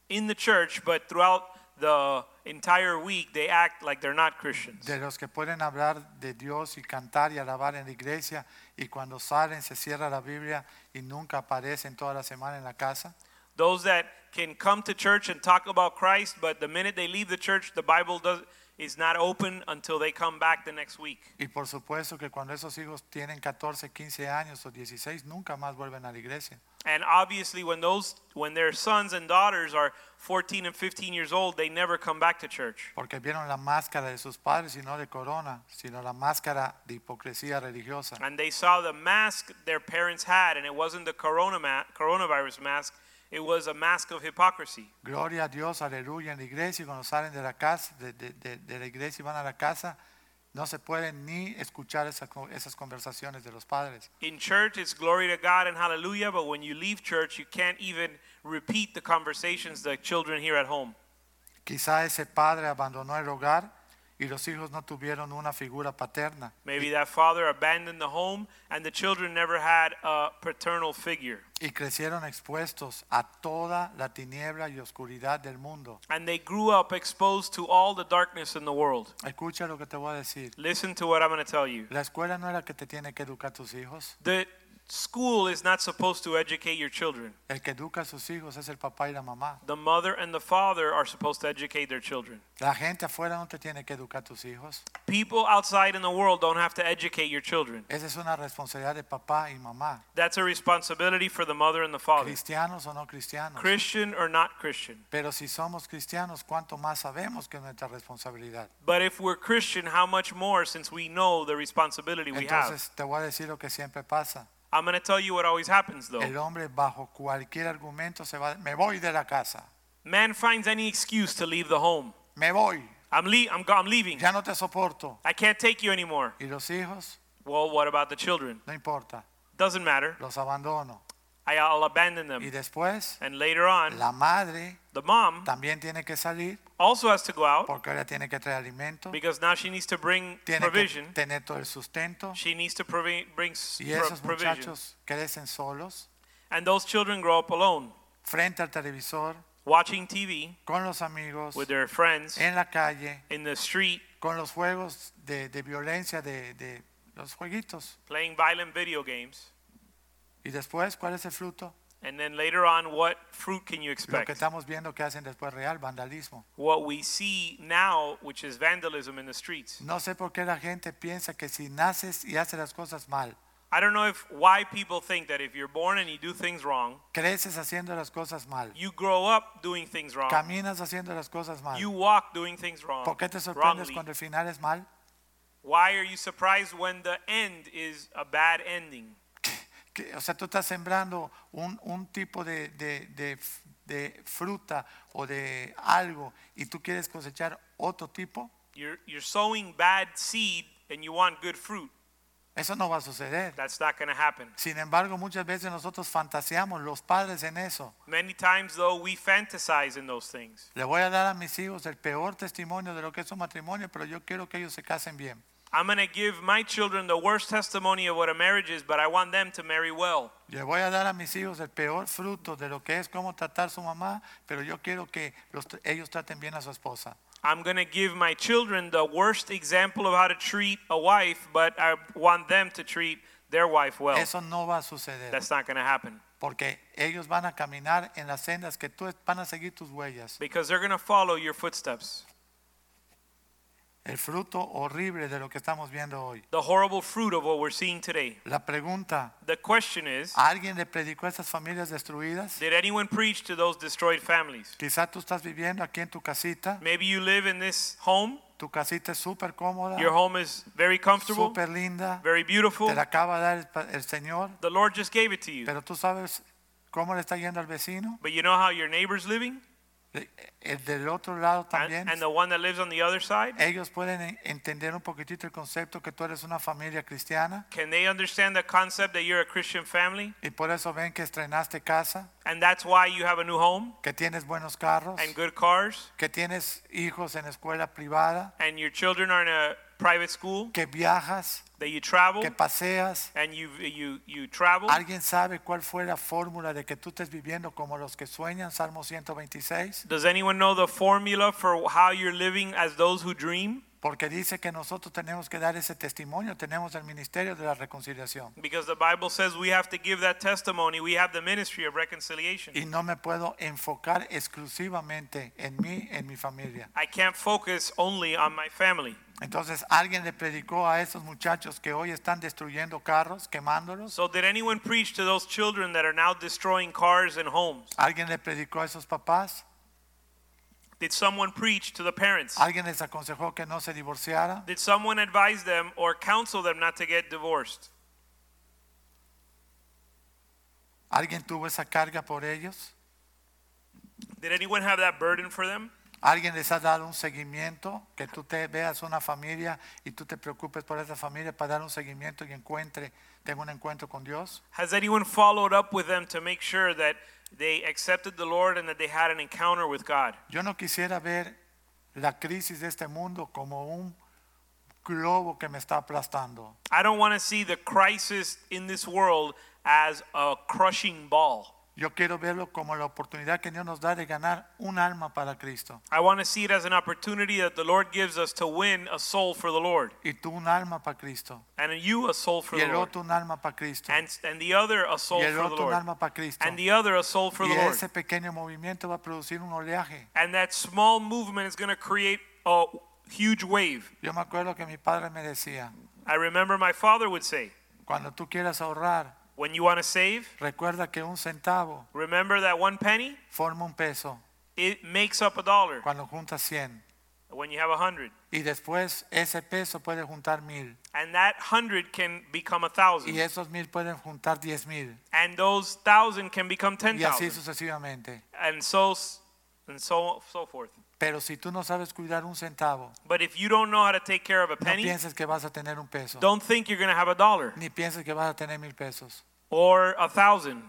[SPEAKER 2] in the church, but throughout the entire week they act like they're not Christians.
[SPEAKER 1] de los que pueden hablar de Dios y cantar y alabar en la iglesia y cuando salen se cierra la Biblia y nunca aparecen toda la semana en la casa.
[SPEAKER 2] Those that can come to church and talk about Christ, but the minute they leave the church, the Bible does, is not open until they come back the next week.
[SPEAKER 1] Y por supuesto que cuando esos hijos tienen 14, 15 años o 16, nunca más vuelven a la iglesia.
[SPEAKER 2] And obviously, when those when their sons and daughters are 14 and 15 years old, they never come back to church
[SPEAKER 1] Porque vieron la máscara de sus padres y no de corona, sino la máscara de hipocresía religiosa.
[SPEAKER 2] and they saw the mask their parents had, and it wasn't the corona ma- coronavirus mask; it was a mask of hypocrisy.
[SPEAKER 1] Gloria a Dios, aleluya, en la iglesia y cuando salen de la casa, de, de- de- de la iglesia y van a la casa, no se pueden ni escuchar esas co- esas conversaciones de los padres.
[SPEAKER 2] In church, it's glory to God and hallelujah, but when you leave church, you can't even repeat the conversations the children hear at home.
[SPEAKER 1] Quizá ese padre abandonó el hogar y los hijos no tuvieron una figura paterna.
[SPEAKER 2] Maybe that father abandoned the home and the children never had a paternal figure.
[SPEAKER 1] Y crecieron expuestos a toda la tiniebla y oscuridad del mundo.
[SPEAKER 2] And they grew up exposed to all the darkness in the world.
[SPEAKER 1] Escucha lo que te voy a decir.
[SPEAKER 2] Listen to what I'm going to tell you.
[SPEAKER 1] La escuela no es la que te tiene que educar a tus hijos.
[SPEAKER 2] The school is not supposed to educate your children.
[SPEAKER 1] El que educa a sus hijos es el papá y la mamá.
[SPEAKER 2] The mother and the father are supposed to educate their children.
[SPEAKER 1] La gente afuera no te tiene que educar a tus hijos.
[SPEAKER 2] People outside in the world don't have to educate your children.
[SPEAKER 1] Esa es una responsabilidad de papá y mamá.
[SPEAKER 2] That's a responsibility for the mother and the father.
[SPEAKER 1] Cristianos o no cristianos.
[SPEAKER 2] Christian or not Christian.
[SPEAKER 1] Pero si somos cristianos, ¿cuánto más sabemos que es nuestra responsabilidad?
[SPEAKER 2] But if we're Christian, how much more since we know the responsibility we have?
[SPEAKER 1] Entonces te voy a decir lo que siempre pasa.
[SPEAKER 2] I'm going to tell you what always happens though.
[SPEAKER 1] El hombre bajo cualquier argumento se va, me voy de la casa,
[SPEAKER 2] Man finds any excuse to leave the home.
[SPEAKER 1] me voy,
[SPEAKER 2] I'm, le- I'm, go- I'm leaving.
[SPEAKER 1] ya no te soporto.
[SPEAKER 2] I can't take you anymore.
[SPEAKER 1] Y los hijos,
[SPEAKER 2] Well, what about the children?
[SPEAKER 1] no importa,
[SPEAKER 2] Doesn't matter.
[SPEAKER 1] los abandono.
[SPEAKER 2] I, I'll abandon
[SPEAKER 1] Y
[SPEAKER 2] them.
[SPEAKER 1] después,
[SPEAKER 2] And later on,
[SPEAKER 1] la madre
[SPEAKER 2] the mom
[SPEAKER 1] también tiene que salir
[SPEAKER 2] also has to go out
[SPEAKER 1] porque ahora tiene que traer alimento,
[SPEAKER 2] because now she needs to bring
[SPEAKER 1] tiene que
[SPEAKER 2] provision.
[SPEAKER 1] tener todo el sustento.
[SPEAKER 2] She needs to provi- bring s-
[SPEAKER 1] Y
[SPEAKER 2] pro-
[SPEAKER 1] esos
[SPEAKER 2] provision.
[SPEAKER 1] muchachos crecen solos,
[SPEAKER 2] And those children grow up alone,
[SPEAKER 1] frente al televisor,
[SPEAKER 2] watching TV
[SPEAKER 1] con los amigos,
[SPEAKER 2] with their friends
[SPEAKER 1] en la calle,
[SPEAKER 2] in the street,
[SPEAKER 1] con los juegos de, de violencia, de, de los jueguitos.
[SPEAKER 2] playing violent video games.
[SPEAKER 1] Y después, ¿cuál es el fruto?
[SPEAKER 2] And then later on, what fruit can you
[SPEAKER 1] Lo que
[SPEAKER 2] expect?
[SPEAKER 1] estamos viendo que hacen después real, vandalismo.
[SPEAKER 2] What we see now, which is vandalism in the streets.
[SPEAKER 1] No sé por qué la gente piensa que si naces y haces las cosas mal,
[SPEAKER 2] I don't know if why people think that if you're born and you do things wrong,
[SPEAKER 1] creces haciendo las cosas mal,
[SPEAKER 2] you grow up doing things wrong,
[SPEAKER 1] caminas haciendo las cosas mal.
[SPEAKER 2] you walk doing things wrong.
[SPEAKER 1] ¿Por qué te sorprendes
[SPEAKER 2] wrongly.
[SPEAKER 1] cuando el final es mal?
[SPEAKER 2] Why are you surprised when the end is a bad ending?
[SPEAKER 1] Que- o sea, tú estás sembrando un, un tipo de, de- de f- de fruta o de algo y tú quieres cosechar otro tipo.
[SPEAKER 2] You're you're sowing bad seed and you want good fruit.
[SPEAKER 1] Eso no va a suceder.
[SPEAKER 2] That's not going to happen.
[SPEAKER 1] Sin embargo, muchas veces nosotros fantaseamos, los padres en eso.
[SPEAKER 2] Many times though, we fantasize in those things.
[SPEAKER 1] Le voy a dar a mis hijos el peor testimonio de lo que es un matrimonio, pero yo quiero que ellos se casen bien.
[SPEAKER 2] I'm going to give my children the worst testimony of what a marriage is, but I want them to marry well.
[SPEAKER 1] Le voy a dar a mis hijos el peor fruto de lo que es cómo tratar su mamá, pero yo quiero que los- ellos traten bien a su esposa.
[SPEAKER 2] I'm going to give my children the worst example of how to treat a wife, but I want them to treat their wife well.
[SPEAKER 1] Eso no va a suceder,
[SPEAKER 2] That's not going to happen
[SPEAKER 1] porque ellos van a caminar en las sendas que tú van a seguir tus huellas.
[SPEAKER 2] because they're going to follow your footsteps.
[SPEAKER 1] El fruto horrible de lo que estamos viendo hoy.
[SPEAKER 2] The horrible fruit of what we're seeing today.
[SPEAKER 1] La pregunta,
[SPEAKER 2] The question is
[SPEAKER 1] ¿a ¿alguien le predicó a estas familias destruidas?
[SPEAKER 2] Did anyone preach to those destroyed families?
[SPEAKER 1] Quizá tú estás viviendo aquí en tu casita,
[SPEAKER 2] Maybe you live in this home,
[SPEAKER 1] tu casita es súper cómoda,
[SPEAKER 2] your home is very comfortable,
[SPEAKER 1] súper linda,
[SPEAKER 2] very beautiful.
[SPEAKER 1] Ah. te la acaba de dar el pa- el Señor,
[SPEAKER 2] The Lord just gave it to you.
[SPEAKER 1] pero tú sabes cómo le está yendo al vecino.
[SPEAKER 2] But you know how your neighbor's living?
[SPEAKER 1] De- El del otro lado
[SPEAKER 2] And,
[SPEAKER 1] también. Eh.
[SPEAKER 2] and the one that lives on the other side?
[SPEAKER 1] ellos pueden en- entender un poquitito el concepto que tú eres una familia cristiana
[SPEAKER 2] Can they understand the concept that you're a Christian family?
[SPEAKER 1] y por eso ven que estrenaste casa,
[SPEAKER 2] And that's why you have a new home
[SPEAKER 1] que tienes buenos carros,
[SPEAKER 2] and good cars,
[SPEAKER 1] que tienes hijos en escuela privada,
[SPEAKER 2] and your children are in a private school,
[SPEAKER 1] que viajas,
[SPEAKER 2] that you travel,
[SPEAKER 1] que paseas.
[SPEAKER 2] and you, you, you travel.
[SPEAKER 1] ¿Alguien sabe cuál fue la fórmula de que tú estés viviendo como los que sueñan? Salmo 126.
[SPEAKER 2] Does anyone know the formula for how you're living as those who dream?
[SPEAKER 1] Porque dice que nosotros tenemos que dar ese testimonio, tenemos el ministerio de la reconciliación.
[SPEAKER 2] Because the Bible says we have to give that testimony. We have the ministry of reconciliation.
[SPEAKER 1] Y no me puedo enfocar exclusivamente en mí, en mi familia.
[SPEAKER 2] I can't focus only on my family.
[SPEAKER 1] Entonces alguien le predicó a esos muchachos que hoy están destruyendo carros, quemándolos.
[SPEAKER 2] So, did anyone preach to those children that are now destroying cars and homes?
[SPEAKER 1] Alguien le predicó a esos papás.
[SPEAKER 2] Did someone preach to the parents?
[SPEAKER 1] Alguien les aconsejó que no se divorciara.
[SPEAKER 2] Did someone advise them or counsel them not to get divorced?
[SPEAKER 1] Alguien tuvo esa carga por ellos.
[SPEAKER 2] Did anyone have that burden for them?
[SPEAKER 1] Alguien les ha dado un seguimiento, que tú te veas una familia y tú te preocupes por esa familia para dar un seguimiento y encuentre, tenga un encuentro con Dios.
[SPEAKER 2] Has anyone followed up with them to make sure that they accepted the Lord and that they had an encounter with God?
[SPEAKER 1] Yo no quisiera ver la crisis de este mundo como un globo que me está aplastando.
[SPEAKER 2] I don't want to see the crisis in this world as a crushing ball.
[SPEAKER 1] Yo quiero verlo como la oportunidad que Dios nos da de ganar un alma para Cristo
[SPEAKER 2] I want to see it as an opportunity that the Lord gives us to win a soul for the Lord,
[SPEAKER 1] y tú un alma para Cristo
[SPEAKER 2] and you a soul for
[SPEAKER 1] y
[SPEAKER 2] the
[SPEAKER 1] el
[SPEAKER 2] Lord,
[SPEAKER 1] otro un alma para Cristo
[SPEAKER 2] and, and the other a
[SPEAKER 1] y
[SPEAKER 2] soul
[SPEAKER 1] el
[SPEAKER 2] for the
[SPEAKER 1] otro un
[SPEAKER 2] Lord,
[SPEAKER 1] alma para Cristo
[SPEAKER 2] and the other a soul for
[SPEAKER 1] y
[SPEAKER 2] the Lord.
[SPEAKER 1] ese pequeño movimiento va a producir un oleaje.
[SPEAKER 2] And that small movement is going to create a huge wave.
[SPEAKER 1] Yo me acuerdo que mi padre me decía,
[SPEAKER 2] I remember my father would say,
[SPEAKER 1] cuando tú quieras ahorrar,
[SPEAKER 2] when you want to save,
[SPEAKER 1] recuerda que un centavo
[SPEAKER 2] remember that one penny,
[SPEAKER 1] forma un peso
[SPEAKER 2] it makes up a dollar
[SPEAKER 1] cuando juntas 100
[SPEAKER 2] when you have a hundred.
[SPEAKER 1] y después ese peso puede juntar mil
[SPEAKER 2] And that hundred can become a
[SPEAKER 1] y
[SPEAKER 2] thousand.
[SPEAKER 1] esos mil pueden juntar diez mil
[SPEAKER 2] And those thousand can become ten
[SPEAKER 1] y así
[SPEAKER 2] thousand.
[SPEAKER 1] sucesivamente.
[SPEAKER 2] And so s- and so so forth.
[SPEAKER 1] Pero si tú no sabes cuidar un centavo,
[SPEAKER 2] But if you don't know how to take care of a
[SPEAKER 1] No
[SPEAKER 2] penny,
[SPEAKER 1] pienses que vas a tener un peso.
[SPEAKER 2] don't think you're gonna have a dollar
[SPEAKER 1] Ni pienses que vas a tener mil pesos.
[SPEAKER 2] or a thousand.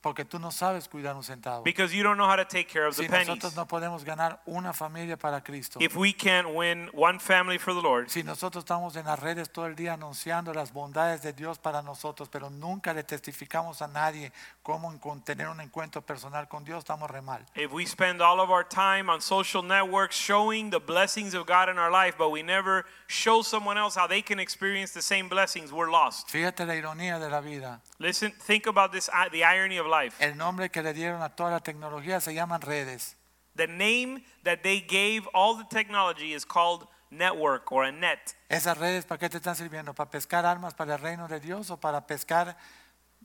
[SPEAKER 1] porque tú no sabes cuidar un centavo.
[SPEAKER 2] because you don't know how to take care of the
[SPEAKER 1] Si
[SPEAKER 2] pennies.
[SPEAKER 1] nosotros no podemos ganar una familia para Cristo,
[SPEAKER 2] If we can't win one family for the Lord,
[SPEAKER 1] si nosotros estamos en las redes todo el día anunciando las bondades de Dios para nosotros, pero nunca le testificamos a nadie cómo encon- tener un encuentro personal con Dios, estamos re mal.
[SPEAKER 2] if we spend all of our time on social networks showing the blessings of God in our life, but we never show someone else how they can experience the same blessings, we're lost.
[SPEAKER 1] Fíjate la ironía de la vida.
[SPEAKER 2] Listen, think about this i- the irony of life.
[SPEAKER 1] El nombre que le dieron a toda la tecnología se llaman redes.
[SPEAKER 2] The name that they gave all the technology is called network or a net.
[SPEAKER 1] ¿Esas redes para qué te están sirviendo? ¿Para pescar almas para el reino de Dios o para pescar,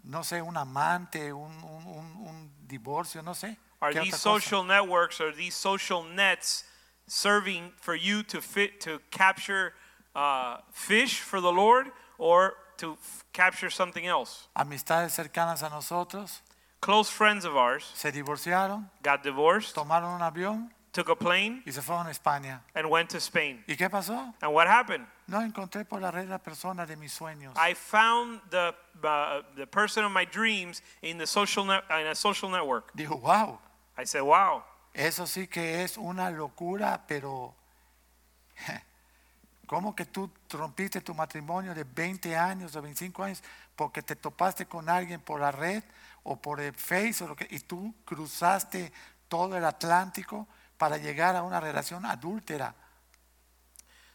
[SPEAKER 1] no sé, un amante, un, un- un- un divorcio, no sé?
[SPEAKER 2] Are
[SPEAKER 1] ¿Qué
[SPEAKER 2] these
[SPEAKER 1] otra cosa?
[SPEAKER 2] social networks or these social nets serving for you to fit to capture uh, fish for the Lord or to f- capture something else?
[SPEAKER 1] Amistades cercanas a nosotros
[SPEAKER 2] Close friends of ours
[SPEAKER 1] se divorciaron,
[SPEAKER 2] got divorced,
[SPEAKER 1] tomaron un avión
[SPEAKER 2] took a plane,
[SPEAKER 1] y se fueron a España.
[SPEAKER 2] and went to Spain.
[SPEAKER 1] ¿Y qué pasó?
[SPEAKER 2] And what happened?
[SPEAKER 1] No encontré por la red la persona de mis sueños.
[SPEAKER 2] I found the uh, the person of my dreams in the social net, in a social network.
[SPEAKER 1] Dijo, wow,
[SPEAKER 2] I said, "Wow,
[SPEAKER 1] eso sí que es una locura, pero ¿cómo que tú rompiste tu matrimonio de 20 años o 25 años porque te topaste con alguien por la red o por el Face o lo que, y tú cruzaste todo el Atlántico para llegar a una relación adúltera?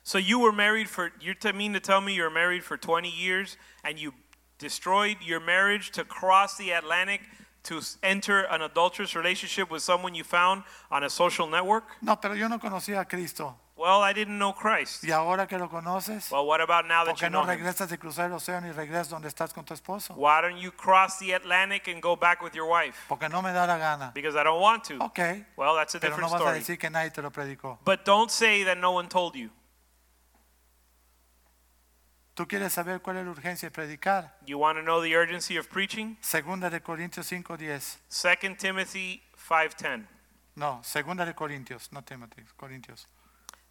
[SPEAKER 2] So you were married for you t- mean to tell me you were married for 20 years and you destroyed your marriage to cross the Atlantic to s- enter an adulterous relationship with someone you found on a social network?
[SPEAKER 1] No, pero yo no conocía a Cristo.
[SPEAKER 2] Well, I didn't know Christ.
[SPEAKER 1] Y ahora que lo conoces,
[SPEAKER 2] Well, what about now
[SPEAKER 1] ¿por
[SPEAKER 2] that you
[SPEAKER 1] qué no
[SPEAKER 2] know him?
[SPEAKER 1] regresas de cruzar el océano y regresas donde estás con tu esposo?
[SPEAKER 2] Why don't you cross the Atlantic and go back with your wife?
[SPEAKER 1] Porque no me da la gana.
[SPEAKER 2] Because I don't want to.
[SPEAKER 1] Ok,
[SPEAKER 2] Well, that's a
[SPEAKER 1] pero
[SPEAKER 2] different
[SPEAKER 1] no vas a
[SPEAKER 2] story.
[SPEAKER 1] decir que nadie te lo predicó.
[SPEAKER 2] But don't say that no one told you.
[SPEAKER 1] ¿Tú quieres saber cuál es la urgencia de predicar?
[SPEAKER 2] You want to know the urgency of preaching?
[SPEAKER 1] Segunda de Corintios 5.10.
[SPEAKER 2] 2 Timothy 5:10.
[SPEAKER 1] No, segunda de Corintios, no Timothy, Corintios.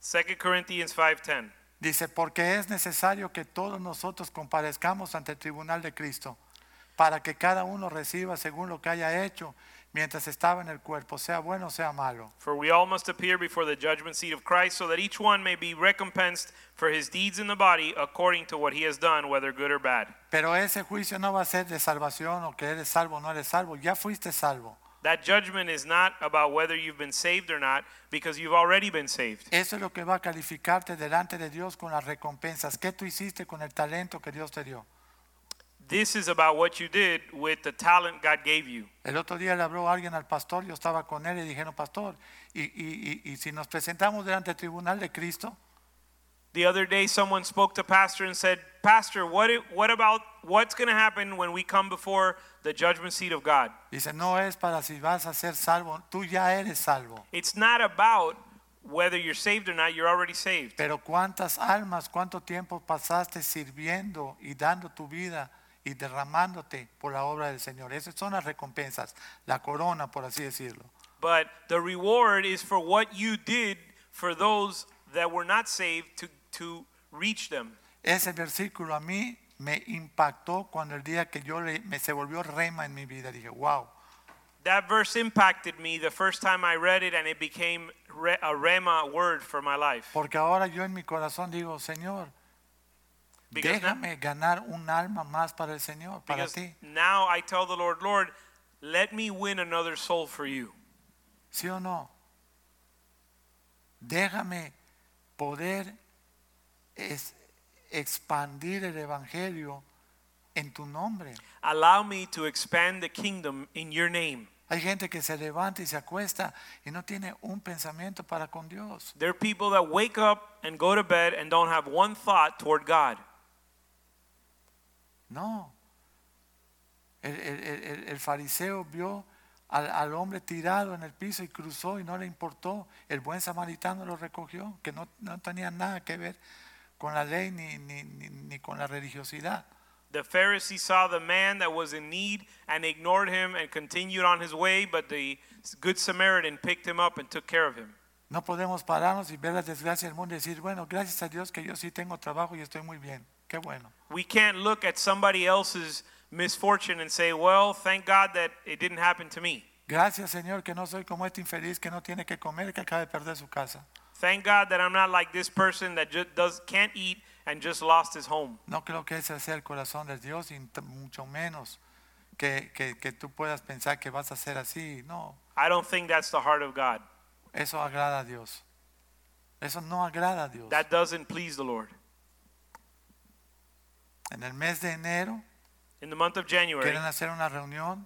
[SPEAKER 2] 2 Corinthians 5:10.
[SPEAKER 1] Dice, porque es necesario que todos nosotros comparezcamos ante el tribunal de Cristo, para que cada uno reciba según lo que haya hecho mientras estaba en el cuerpo, sea bueno o sea malo.
[SPEAKER 2] For we all must appear before the judgment seat of Christ, so that each one may be recompensed for his deeds in the body according to what he has done, whether good or bad.
[SPEAKER 1] Pero ese juicio no va a ser de salvación o que eres salvo o no eres salvo, ya fuiste salvo.
[SPEAKER 2] That judgment is not about whether you've been saved or not, because you've already been saved.
[SPEAKER 1] Eso es lo que va a calificarte delante de Dios con las recompensas. ¿Qué tú hiciste con el talento que Dios te dio?
[SPEAKER 2] This is about what you did with the talent God gave you.
[SPEAKER 1] El otro día le habló alguien al pastor, yo estaba con él y dijeron, pastor, y, y- y- y si nos presentamos delante del tribunal de Cristo,
[SPEAKER 2] The other day, someone spoke to Pastor and said, Pastor, what, i- what about what's going to happen when we come before the judgment seat of God?
[SPEAKER 1] dice, no es para si vas a ser salvo, tú ya eres salvo.
[SPEAKER 2] It's not about whether you're saved or not, you're already saved.
[SPEAKER 1] Pero cuántas almas, cuánto tiempo pasaste sirviendo y dando tu vida y derramándote por la obra del Señor. Esas son las recompensas, la corona, por así decirlo.
[SPEAKER 2] But the reward is for what you did for those that were not saved to, to reach them.
[SPEAKER 1] Ese versículo a mí me impactó cuando el día que yo le- me se volvió rema en mi vida. Dije, wow,
[SPEAKER 2] That verse impacted me the first time I read it, and it became re- a Rema word for my life.
[SPEAKER 1] porque ahora yo en mi corazón digo, Señor,
[SPEAKER 2] Because, now,
[SPEAKER 1] déjame ganar un alma más para el Señor, para
[SPEAKER 2] because
[SPEAKER 1] ti.
[SPEAKER 2] now I tell the Lord, Lord, let me win another soul for you.
[SPEAKER 1] ¿Sí o no? Déjame poder es- expandir el Evangelio en tu nombre.
[SPEAKER 2] Allow me to expand the kingdom in your name.
[SPEAKER 1] Hay gente que se levanta y se acuesta y no tiene un pensamiento para con Dios.
[SPEAKER 2] There are people that wake up and go to bed and don't have one thought toward God.
[SPEAKER 1] No. El, el- el- el- el fariseo vio al, al hombre tirado en el piso y cruzó y no le importó. El buen samaritano lo recogió, que no, no tenía nada que ver con la ley ni, ni- ni- ni con la religiosidad.
[SPEAKER 2] The Pharisee saw the man that was in need and ignored him and continued on his way, but the Good Samaritan picked him up and took care of him.
[SPEAKER 1] No podemos pararnos y ver las desgracias del mundo y decir, bueno, gracias a Dios que yo sí tengo trabajo y estoy muy bien. Qué bueno.
[SPEAKER 2] We can't look at somebody else's misfortune and say, well, thank God that it didn't happen to me.
[SPEAKER 1] Gracias Señor que no soy como este infeliz que no tiene que comer, que acaba de perder su casa.
[SPEAKER 2] Thank God that I'm not like this person that just does, can't eat and just lost his home.
[SPEAKER 1] No creo que ese sea el corazón de Dios y t- mucho menos que, que- que tú puedas pensar que vas a ser así. No,
[SPEAKER 2] I don't think that's the heart of God.
[SPEAKER 1] eso agrada a Dios. Eso no agrada a Dios.
[SPEAKER 2] That doesn't please the Lord.
[SPEAKER 1] En el mes de enero
[SPEAKER 2] In the month of January,
[SPEAKER 1] quieren hacer una reunión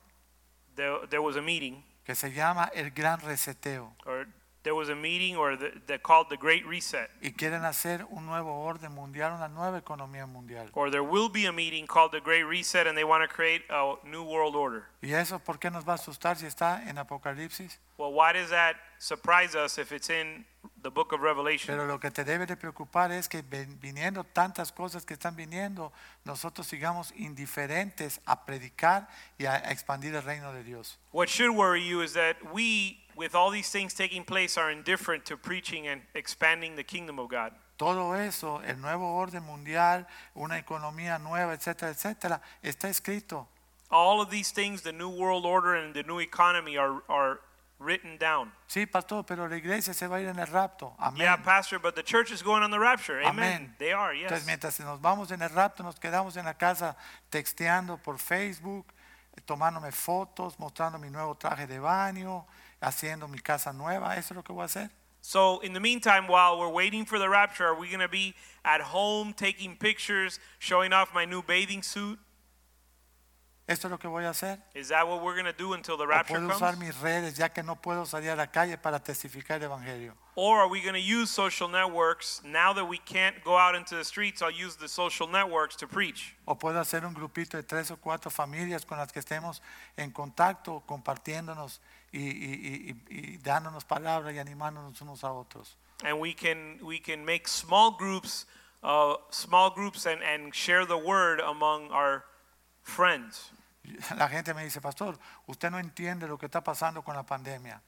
[SPEAKER 2] there, there was a meeting,
[SPEAKER 1] que se llama el Gran Reseteo
[SPEAKER 2] or there was a meeting, or the, that called the Great Reset,
[SPEAKER 1] y quieren hacer un nuevo orden mundial, una nueva economía mundial.
[SPEAKER 2] or there will be a meeting called the Great Reset, and they want to create a new world order.
[SPEAKER 1] ¿Y eso por qué nos va a asustar si está en Apocalipsis?
[SPEAKER 2] Well, why does that surprise us if it's in the book of Revelation?
[SPEAKER 1] Pero lo que te debe de preocupar es que ven- viniendo tantas cosas que están viniendo, nosotros sigamos indiferentes a predicar y a a expandir el reino de Dios.
[SPEAKER 2] What should worry you is that we, with all these things taking place, are indifferent to preaching and expanding the kingdom of God.
[SPEAKER 1] Todo eso, el nuevo orden mundial, una economía nueva, etcétera, etcétera, está escrito.
[SPEAKER 2] All of these things, the new world order and the new economy, are, are written down.
[SPEAKER 1] Sí, pastor, pero la iglesia se va a ir en el rapto. Amén.
[SPEAKER 2] Yeah, Pastor, but the church is going on the rapture. Amen.
[SPEAKER 1] Amén.
[SPEAKER 2] They are, yes.
[SPEAKER 1] Entonces, mientras nos vamos en el rapto, nos quedamos en la casa texteando por Facebook, eh, tomándome fotos, mostrando mi nuevo traje de baño, haciendo mi casa nueva. Eso es lo que voy a hacer.
[SPEAKER 2] So, in the meantime, while we're waiting for the rapture, are we going to be at home taking pictures, showing off my new bathing suit?
[SPEAKER 1] Esto es lo que voy a hacer.
[SPEAKER 2] Is that what we're going to do until the
[SPEAKER 1] O
[SPEAKER 2] rapture
[SPEAKER 1] puedo usar
[SPEAKER 2] comes?
[SPEAKER 1] mis redes ya que no puedo salir a la calle para testificar el evangelio.
[SPEAKER 2] Or are we going to use social networks now that we can't go out into the streets? I'll use the social networks to preach.
[SPEAKER 1] O puedo hacer un grupito de tres o cuatro familias con las que estemos en contacto, compartiéndonos y, y- y- y- y dándonos palabra y animándonos unos a otros.
[SPEAKER 2] And we can we can make small groups, uh, small groups, and and share the word among our friends.
[SPEAKER 1] La gente me dice, pastor, usted no entiende lo que está pasando con la pandemia.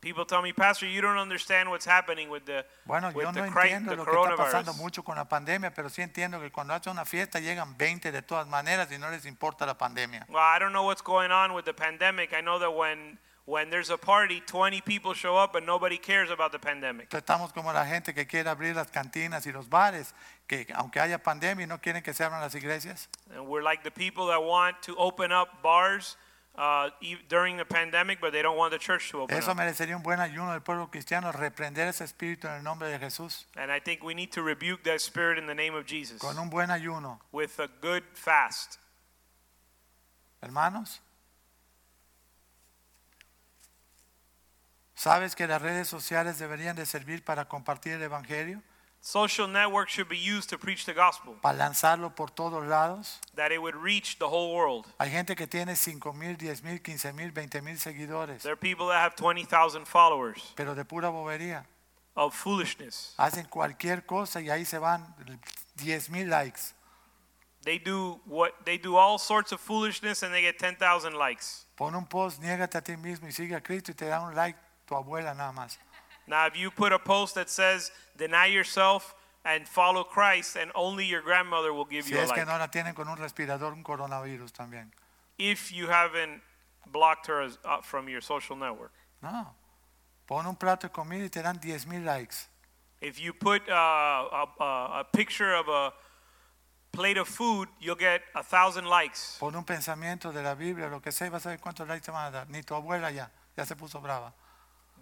[SPEAKER 2] People tell me, Pastor, you don't understand what's happening with the
[SPEAKER 1] Bueno,
[SPEAKER 2] with
[SPEAKER 1] yo
[SPEAKER 2] the,
[SPEAKER 1] no
[SPEAKER 2] cri-
[SPEAKER 1] entiendo
[SPEAKER 2] the
[SPEAKER 1] lo que está pasando
[SPEAKER 2] coronavirus.
[SPEAKER 1] mucho con la pandemia, pero sí entiendo que cuando hace una fiesta llegan 20 de todas maneras y no les importa la pandemia.
[SPEAKER 2] Well, I don't know what's going on with the pandemic. I know that when when there's a party, 20 people show up, and nobody cares about the pandemic.
[SPEAKER 1] Entonces, Estamos como la gente que quiere abrir las cantinas y los bares, que aunque haya pandemia y no quieren que se abran las iglesias.
[SPEAKER 2] And we're like the people that want to open up bars uh, e- during the pandemic, but they don't want the church to open
[SPEAKER 1] Eso
[SPEAKER 2] up.
[SPEAKER 1] merecería un buen ayuno del pueblo cristiano, reprender ese espíritu en el nombre de Jesús.
[SPEAKER 2] And I think we need to rebuke that spirit in the name of Jesus
[SPEAKER 1] Con un buen ayuno,
[SPEAKER 2] with a good fast.
[SPEAKER 1] hermanos. ¿Sabes que las redes sociales deberían de servir para compartir el evangelio?
[SPEAKER 2] Social networks should be used to preach the gospel,
[SPEAKER 1] Para lanzarlo por todos lados.
[SPEAKER 2] that it would reach the whole world.
[SPEAKER 1] Hay gente que tiene 5 mil, 10 mil, 15 mil, 20 mil seguidores,
[SPEAKER 2] There are people that have 20,000 followers
[SPEAKER 1] pero de pura bobería.
[SPEAKER 2] of foolishness.
[SPEAKER 1] Hacen cualquier cosa y ahí se van 10 mil likes.
[SPEAKER 2] They do what they do all sorts of foolishness and they get 10,000 likes.
[SPEAKER 1] Pon un post, niégate a ti mismo y sigue a Cristo y te da un like tu abuela nada más.
[SPEAKER 2] Now, if you put a post that says deny yourself and follow Christ and only your grandmother will give
[SPEAKER 1] Si
[SPEAKER 2] you a
[SPEAKER 1] es
[SPEAKER 2] like.
[SPEAKER 1] que no la tienen con un respirador, un coronavirus también.
[SPEAKER 2] if you haven't blocked her as, uh, from your social network.
[SPEAKER 1] No. Pon un plato de comida y te dan 10 mil likes.
[SPEAKER 2] If you put uh, a, a, a picture of a plate of food, you'll get a thousand likes.
[SPEAKER 1] Pon un pensamiento de la Biblia, lo que sea, y vas a ver cuántos likes te van a dar. Ni tu abuela ya, ya se puso brava.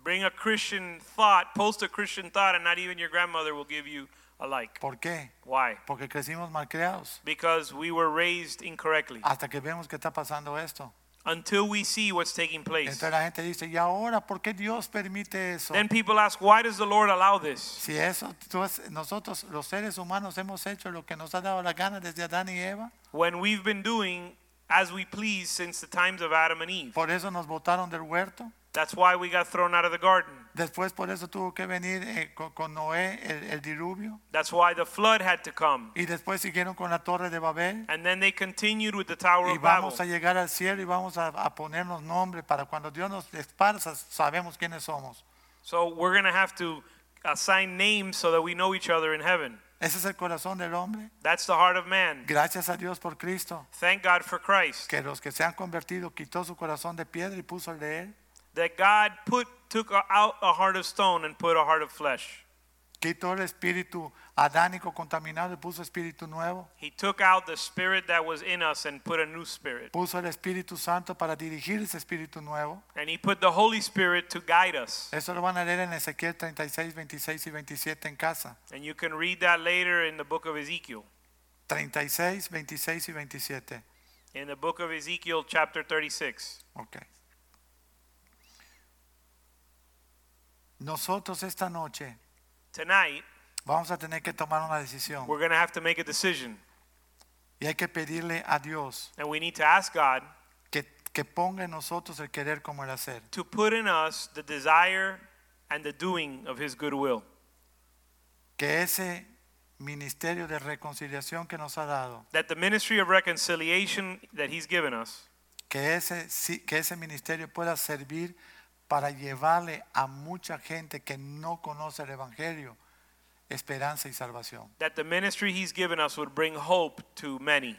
[SPEAKER 2] Bring a Christian thought, post a Christian thought, and not even your grandmother will give you a like.
[SPEAKER 1] ¿Por qué?
[SPEAKER 2] Why?
[SPEAKER 1] Porque crecimos malcriados.
[SPEAKER 2] Because we were raised incorrectly.
[SPEAKER 1] Hasta que vemos que está pasando esto.
[SPEAKER 2] Until we see what's taking place.
[SPEAKER 1] Entonces la gente dice, ¿y ahora por qué Dios permite eso?
[SPEAKER 2] Then people ask, why does the Lord allow this?
[SPEAKER 1] Si eso, tú has- nosotros los seres humanos hemos hecho lo que nos ha dado la gana desde Adán y Eva,
[SPEAKER 2] When we've been doing as we please since the times of Adam and Eve.
[SPEAKER 1] por eso nos botaron del huerto.
[SPEAKER 2] That's why we got thrown out of the garden.
[SPEAKER 1] Después por eso tuvo que venir eh, con, con Noé el, el diluvio.
[SPEAKER 2] That's why the flood had to come.
[SPEAKER 1] Y después siguieron con la torre de Babel.
[SPEAKER 2] And then they continued with the Tower
[SPEAKER 1] Y
[SPEAKER 2] of Babel.
[SPEAKER 1] vamos a llegar al cielo y vamos a, a ponernos nombre para cuando Dios nos esparza, sabemos quiénes somos.
[SPEAKER 2] So we're going to have to assign names so that we know each other in heaven.
[SPEAKER 1] Ese es el corazón del hombre.
[SPEAKER 2] That's the heart of man.
[SPEAKER 1] Gracias a Dios por Cristo,
[SPEAKER 2] Thank God for Christ.
[SPEAKER 1] que los que se han convertido quitó su corazón de piedra y puso el de él.
[SPEAKER 2] That God put took out a heart of stone and put a heart of flesh.
[SPEAKER 1] Quitó el espíritu adánico contaminado y puso espíritu nuevo.
[SPEAKER 2] He took out the spirit that was in us and put a new spirit.
[SPEAKER 1] Puso el Espíritu Santo para dirigir ese espíritu nuevo.
[SPEAKER 2] And he put the Holy Spirit to guide us.
[SPEAKER 1] Eso lo van a leer en Ezequiel 36, 26 y 27 en casa.
[SPEAKER 2] And you can read that later in the book of Ezekiel.
[SPEAKER 1] 36, 26 y 27.
[SPEAKER 2] In the book of Ezekiel chapter 36.
[SPEAKER 1] Ok. Nosotros esta noche
[SPEAKER 2] Tonight,
[SPEAKER 1] vamos a tener que tomar una decisión
[SPEAKER 2] we're going to have to make a decision.
[SPEAKER 1] y hay que pedirle a Dios
[SPEAKER 2] And we need to ask God
[SPEAKER 1] que, que ponga en nosotros el querer como el hacer.
[SPEAKER 2] to put in us the desire and the doing of his goodwill.
[SPEAKER 1] Que ese ministerio de reconciliación que nos ha dado,
[SPEAKER 2] That the ministry of reconciliation that he's given us
[SPEAKER 1] que ese, sí- que ese ministerio pueda servir para llevarle a mucha gente que no conoce el Evangelio esperanza y salvación.
[SPEAKER 2] that the ministry he's given us would bring hope to many.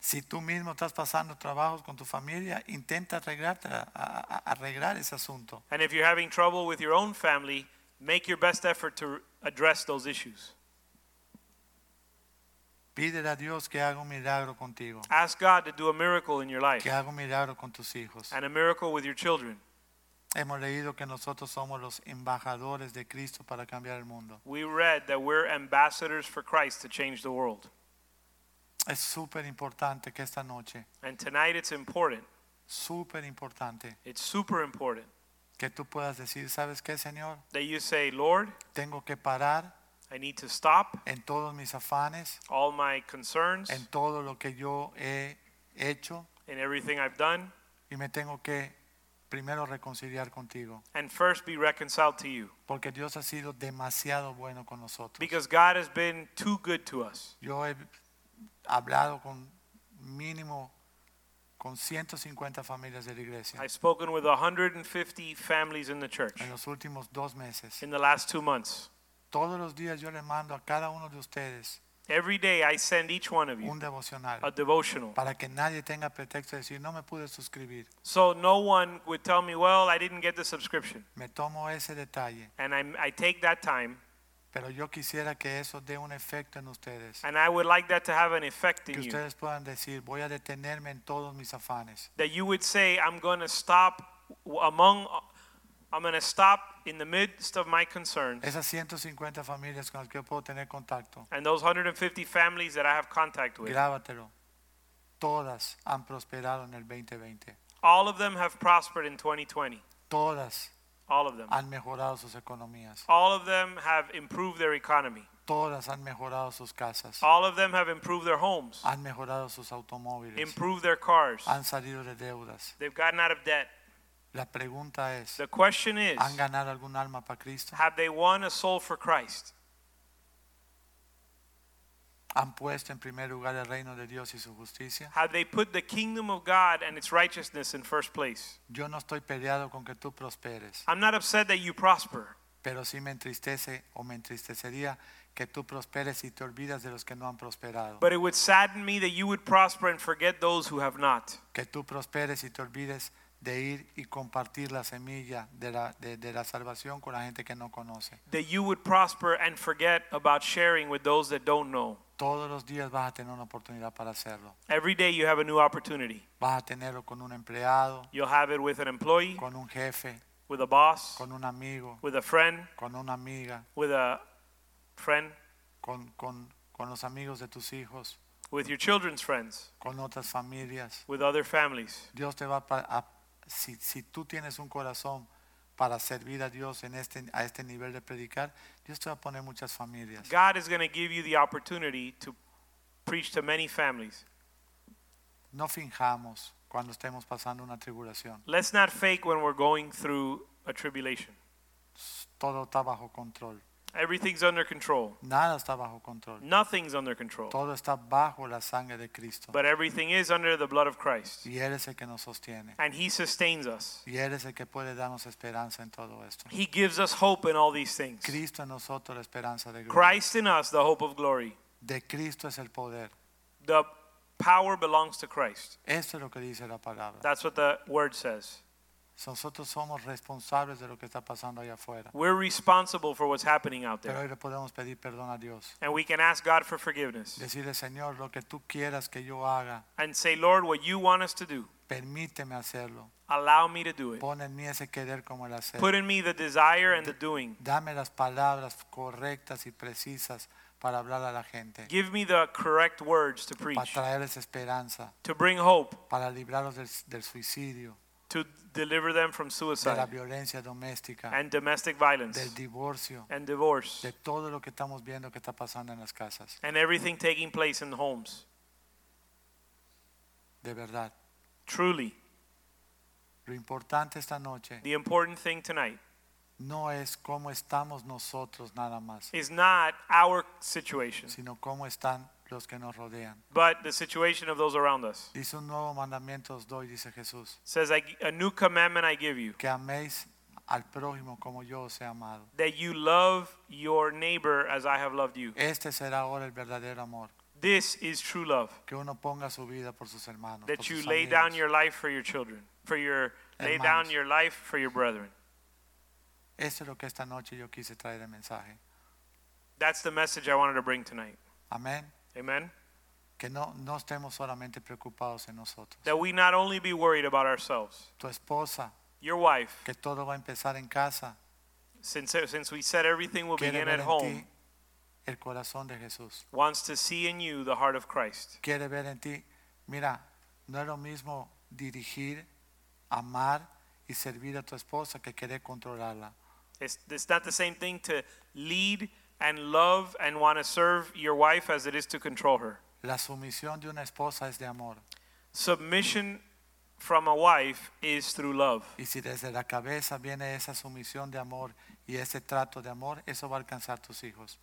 [SPEAKER 1] Si tú mismo estás pasando trabajos con tu familia, intenta arreglarte, a- a- a- arreglar ese asunto.
[SPEAKER 2] And if you're having trouble with your own family, make your best effort to address those issues.
[SPEAKER 1] Pídele a Dios que haga un milagro contigo,
[SPEAKER 2] Ask God to do a miracle in your life
[SPEAKER 1] que haga un milagro con tus hijos.
[SPEAKER 2] and a miracle with your children.
[SPEAKER 1] Hemos leído que nosotros somos los embajadores de Cristo para cambiar el mundo.
[SPEAKER 2] We read that we're ambassadors for Christ to change the world.
[SPEAKER 1] Es súper importante que esta noche,
[SPEAKER 2] And tonight it's important.
[SPEAKER 1] súper importante,
[SPEAKER 2] It's super important
[SPEAKER 1] que tú puedas decir, ¿sabes qué, Señor?
[SPEAKER 2] that you say, Lord,
[SPEAKER 1] Tengo que parar
[SPEAKER 2] I need to stop
[SPEAKER 1] en todos mis afanes,
[SPEAKER 2] all my concerns
[SPEAKER 1] en todo lo que yo he hecho
[SPEAKER 2] and everything I've done
[SPEAKER 1] y me tengo que primero reconciliar contigo.
[SPEAKER 2] and first be reconciled to you.
[SPEAKER 1] Porque Dios ha sido demasiado bueno con nosotros.
[SPEAKER 2] Because God has been too good to us.
[SPEAKER 1] Yo he hablado con mínimo con 150 familias de la iglesia
[SPEAKER 2] I've spoken with 150 families in the church
[SPEAKER 1] en los últimos dos meses.
[SPEAKER 2] in the last two months.
[SPEAKER 1] Todos los días yo le mando a cada uno de ustedes
[SPEAKER 2] Every day I send each one of you
[SPEAKER 1] un devocional
[SPEAKER 2] a devotional.
[SPEAKER 1] para que nadie tenga pretexto de decir no me pude suscribir.
[SPEAKER 2] So no one would tell me, well, I didn't get the subscription.
[SPEAKER 1] Me tomo ese detalle,
[SPEAKER 2] And I, I take that time,
[SPEAKER 1] pero yo quisiera que eso dé un efecto en ustedes.
[SPEAKER 2] and I would like that to have an effect
[SPEAKER 1] Que
[SPEAKER 2] in you.
[SPEAKER 1] ustedes puedan decir, voy a detenerme en todos mis afanes.
[SPEAKER 2] That you would say, I'm going to stop w- among, I'm going to stop in the midst of my concerns.
[SPEAKER 1] Esas 150 familias con las que yo puedo tener contacto,
[SPEAKER 2] And those 150 families that I have contact with,
[SPEAKER 1] Grábatelo. Todas han prosperado en el 2020.
[SPEAKER 2] all of them have prospered in 2020.
[SPEAKER 1] Todas
[SPEAKER 2] All of them.
[SPEAKER 1] han mejorado sus economías.
[SPEAKER 2] All of them have improved their economy.
[SPEAKER 1] Todas han mejorado sus casas.
[SPEAKER 2] All of them have improved their homes,
[SPEAKER 1] Han mejorado sus automóviles.
[SPEAKER 2] improved their cars.
[SPEAKER 1] Han salido de deudas.
[SPEAKER 2] They've gotten out of debt.
[SPEAKER 1] La pregunta es,
[SPEAKER 2] The question is,
[SPEAKER 1] ¿han ganado algún alma para Cristo?
[SPEAKER 2] have they won a soul for Christ?
[SPEAKER 1] ¿Han puesto en primer lugar el reino de Dios y su justicia?
[SPEAKER 2] Have they put the kingdom of God and its righteousness in first place?
[SPEAKER 1] Yo no estoy peleado con que tú prosperes,
[SPEAKER 2] I'm not upset that you prosper,
[SPEAKER 1] pero sí me entristece o me entristecería que tú prosperes y te olvidas de los que no han prosperado.
[SPEAKER 2] but it would sadden me that you would prosper and forget those who have not.
[SPEAKER 1] que tú prosperes y te olvides de ir y compartir la semilla de la, de, de la salvación con la gente que no conoce.
[SPEAKER 2] That you would prosper and forget about sharing with those that don't know.
[SPEAKER 1] Todos los días vas a tener una oportunidad para hacerlo.
[SPEAKER 2] Every day you have a new opportunity.
[SPEAKER 1] Vas a tenerlo con un empleado,
[SPEAKER 2] You'll have it with an employee,
[SPEAKER 1] con un jefe,
[SPEAKER 2] with a boss,
[SPEAKER 1] con un amigo,
[SPEAKER 2] with a friend,
[SPEAKER 1] con una amiga,
[SPEAKER 2] with a friend,
[SPEAKER 1] con, con, con los amigos de tus hijos,
[SPEAKER 2] with your children's friends,
[SPEAKER 1] con otras familias.
[SPEAKER 2] with other families.
[SPEAKER 1] Dios te va pa- a... Si, si tú tienes un corazón para servir a Dios en este, a este nivel de predicar, Dios te va a poner muchas familias.
[SPEAKER 2] God is going to give you the opportunity to preach to many families.
[SPEAKER 1] No finjamos cuando estemos pasando una tribulación.
[SPEAKER 2] Let's not fake when we're going through a tribulation.
[SPEAKER 1] Todo está bajo control.
[SPEAKER 2] Everything's under control.
[SPEAKER 1] Nada está bajo control.
[SPEAKER 2] Nothing's under control.
[SPEAKER 1] Todo está bajo la sangre de Cristo.
[SPEAKER 2] But everything is under the blood of Christ.
[SPEAKER 1] Y Él es el que nos sostiene.
[SPEAKER 2] And He sustains us.
[SPEAKER 1] Y Él es el que puede darnos esperanza en todo esto.
[SPEAKER 2] He gives us hope in all these things.
[SPEAKER 1] Cristo en nosotros la esperanza de gloria.
[SPEAKER 2] Christ in us, the hope of glory.
[SPEAKER 1] De Cristo es el poder.
[SPEAKER 2] The power belongs to Christ.
[SPEAKER 1] Esto es lo que dice la palabra.
[SPEAKER 2] That's what the word says.
[SPEAKER 1] Nosotros somos responsables de lo que está pasando allá afuera.
[SPEAKER 2] We're responsible for what's happening out
[SPEAKER 1] Pero
[SPEAKER 2] there.
[SPEAKER 1] hoy le podemos pedir perdón a Dios.
[SPEAKER 2] And we can ask God for forgiveness
[SPEAKER 1] Decirle, Señor, lo que tú quieras que yo haga,
[SPEAKER 2] and say, Lord, what you want us to do,
[SPEAKER 1] permíteme hacerlo.
[SPEAKER 2] allow me to do it.
[SPEAKER 1] Pon en mí ese querer como el hacer.
[SPEAKER 2] Put in me the desire and the doing.
[SPEAKER 1] Dame las palabras correctas y precisas para hablar a la gente,
[SPEAKER 2] Give me the correct words to
[SPEAKER 1] para
[SPEAKER 2] preach,
[SPEAKER 1] traerles esperanza,
[SPEAKER 2] to bring hope,
[SPEAKER 1] para librarlos del, del suicidio,
[SPEAKER 2] to deliver them from
[SPEAKER 1] de la
[SPEAKER 2] suicide
[SPEAKER 1] violencia doméstica,
[SPEAKER 2] and domestic violence
[SPEAKER 1] del divorcio,
[SPEAKER 2] and divorce
[SPEAKER 1] de todo lo que estamos viendo que está pasando en las casas.
[SPEAKER 2] and everything taking place in homes.
[SPEAKER 1] De verdad,
[SPEAKER 2] Truly,
[SPEAKER 1] lo importante esta noche
[SPEAKER 2] the important thing tonight
[SPEAKER 1] no es cómo estamos nosotros nada más,
[SPEAKER 2] is not our situation,
[SPEAKER 1] sino cómo están los que nos rodean.
[SPEAKER 2] but the situation of those around us.
[SPEAKER 1] Dice un nuevo mandamiento os doy, dice Jesús,
[SPEAKER 2] says, I, A new commandment I give you,
[SPEAKER 1] que améis al prójimo como yo os he amado.
[SPEAKER 2] that you love your neighbor as I have loved you.
[SPEAKER 1] Este será ahora el verdadero amor,
[SPEAKER 2] This is true love,
[SPEAKER 1] que uno ponga su vida por sus hermanos. por
[SPEAKER 2] that you
[SPEAKER 1] sus
[SPEAKER 2] lay
[SPEAKER 1] amigos.
[SPEAKER 2] down your life for your children, for your, lay down
[SPEAKER 1] Hermanos.
[SPEAKER 2] your life for your brethren.
[SPEAKER 1] Esto es lo que esta noche yo quise traer el mensaje.
[SPEAKER 2] That's the message I wanted to bring tonight.
[SPEAKER 1] Amén.
[SPEAKER 2] Amen.
[SPEAKER 1] Que no, no estemos solamente preocupados en nosotros.
[SPEAKER 2] That we not only be worried about ourselves,
[SPEAKER 1] Tu esposa,
[SPEAKER 2] your wife,
[SPEAKER 1] que todo va a empezar en casa,
[SPEAKER 2] since, since we said everything will
[SPEAKER 1] quiere
[SPEAKER 2] begin
[SPEAKER 1] ver
[SPEAKER 2] at
[SPEAKER 1] en
[SPEAKER 2] home,
[SPEAKER 1] ti el corazón de Jesús.
[SPEAKER 2] wants to see in you the heart of Christ.
[SPEAKER 1] Quiere ver en ti, mira, no es lo mismo dirigir, amar y servir a tu esposa que querer controlarla.
[SPEAKER 2] It's, it's not the same thing to lead and love and want to serve your wife as it is to control her.
[SPEAKER 1] La sumisión de una esposa es de amor.
[SPEAKER 2] Submission from a wife is through love.
[SPEAKER 1] Y si desde la cabeza viene esa sumisión de amor y ese trato de amor, eso va a alcanzar tus hijos,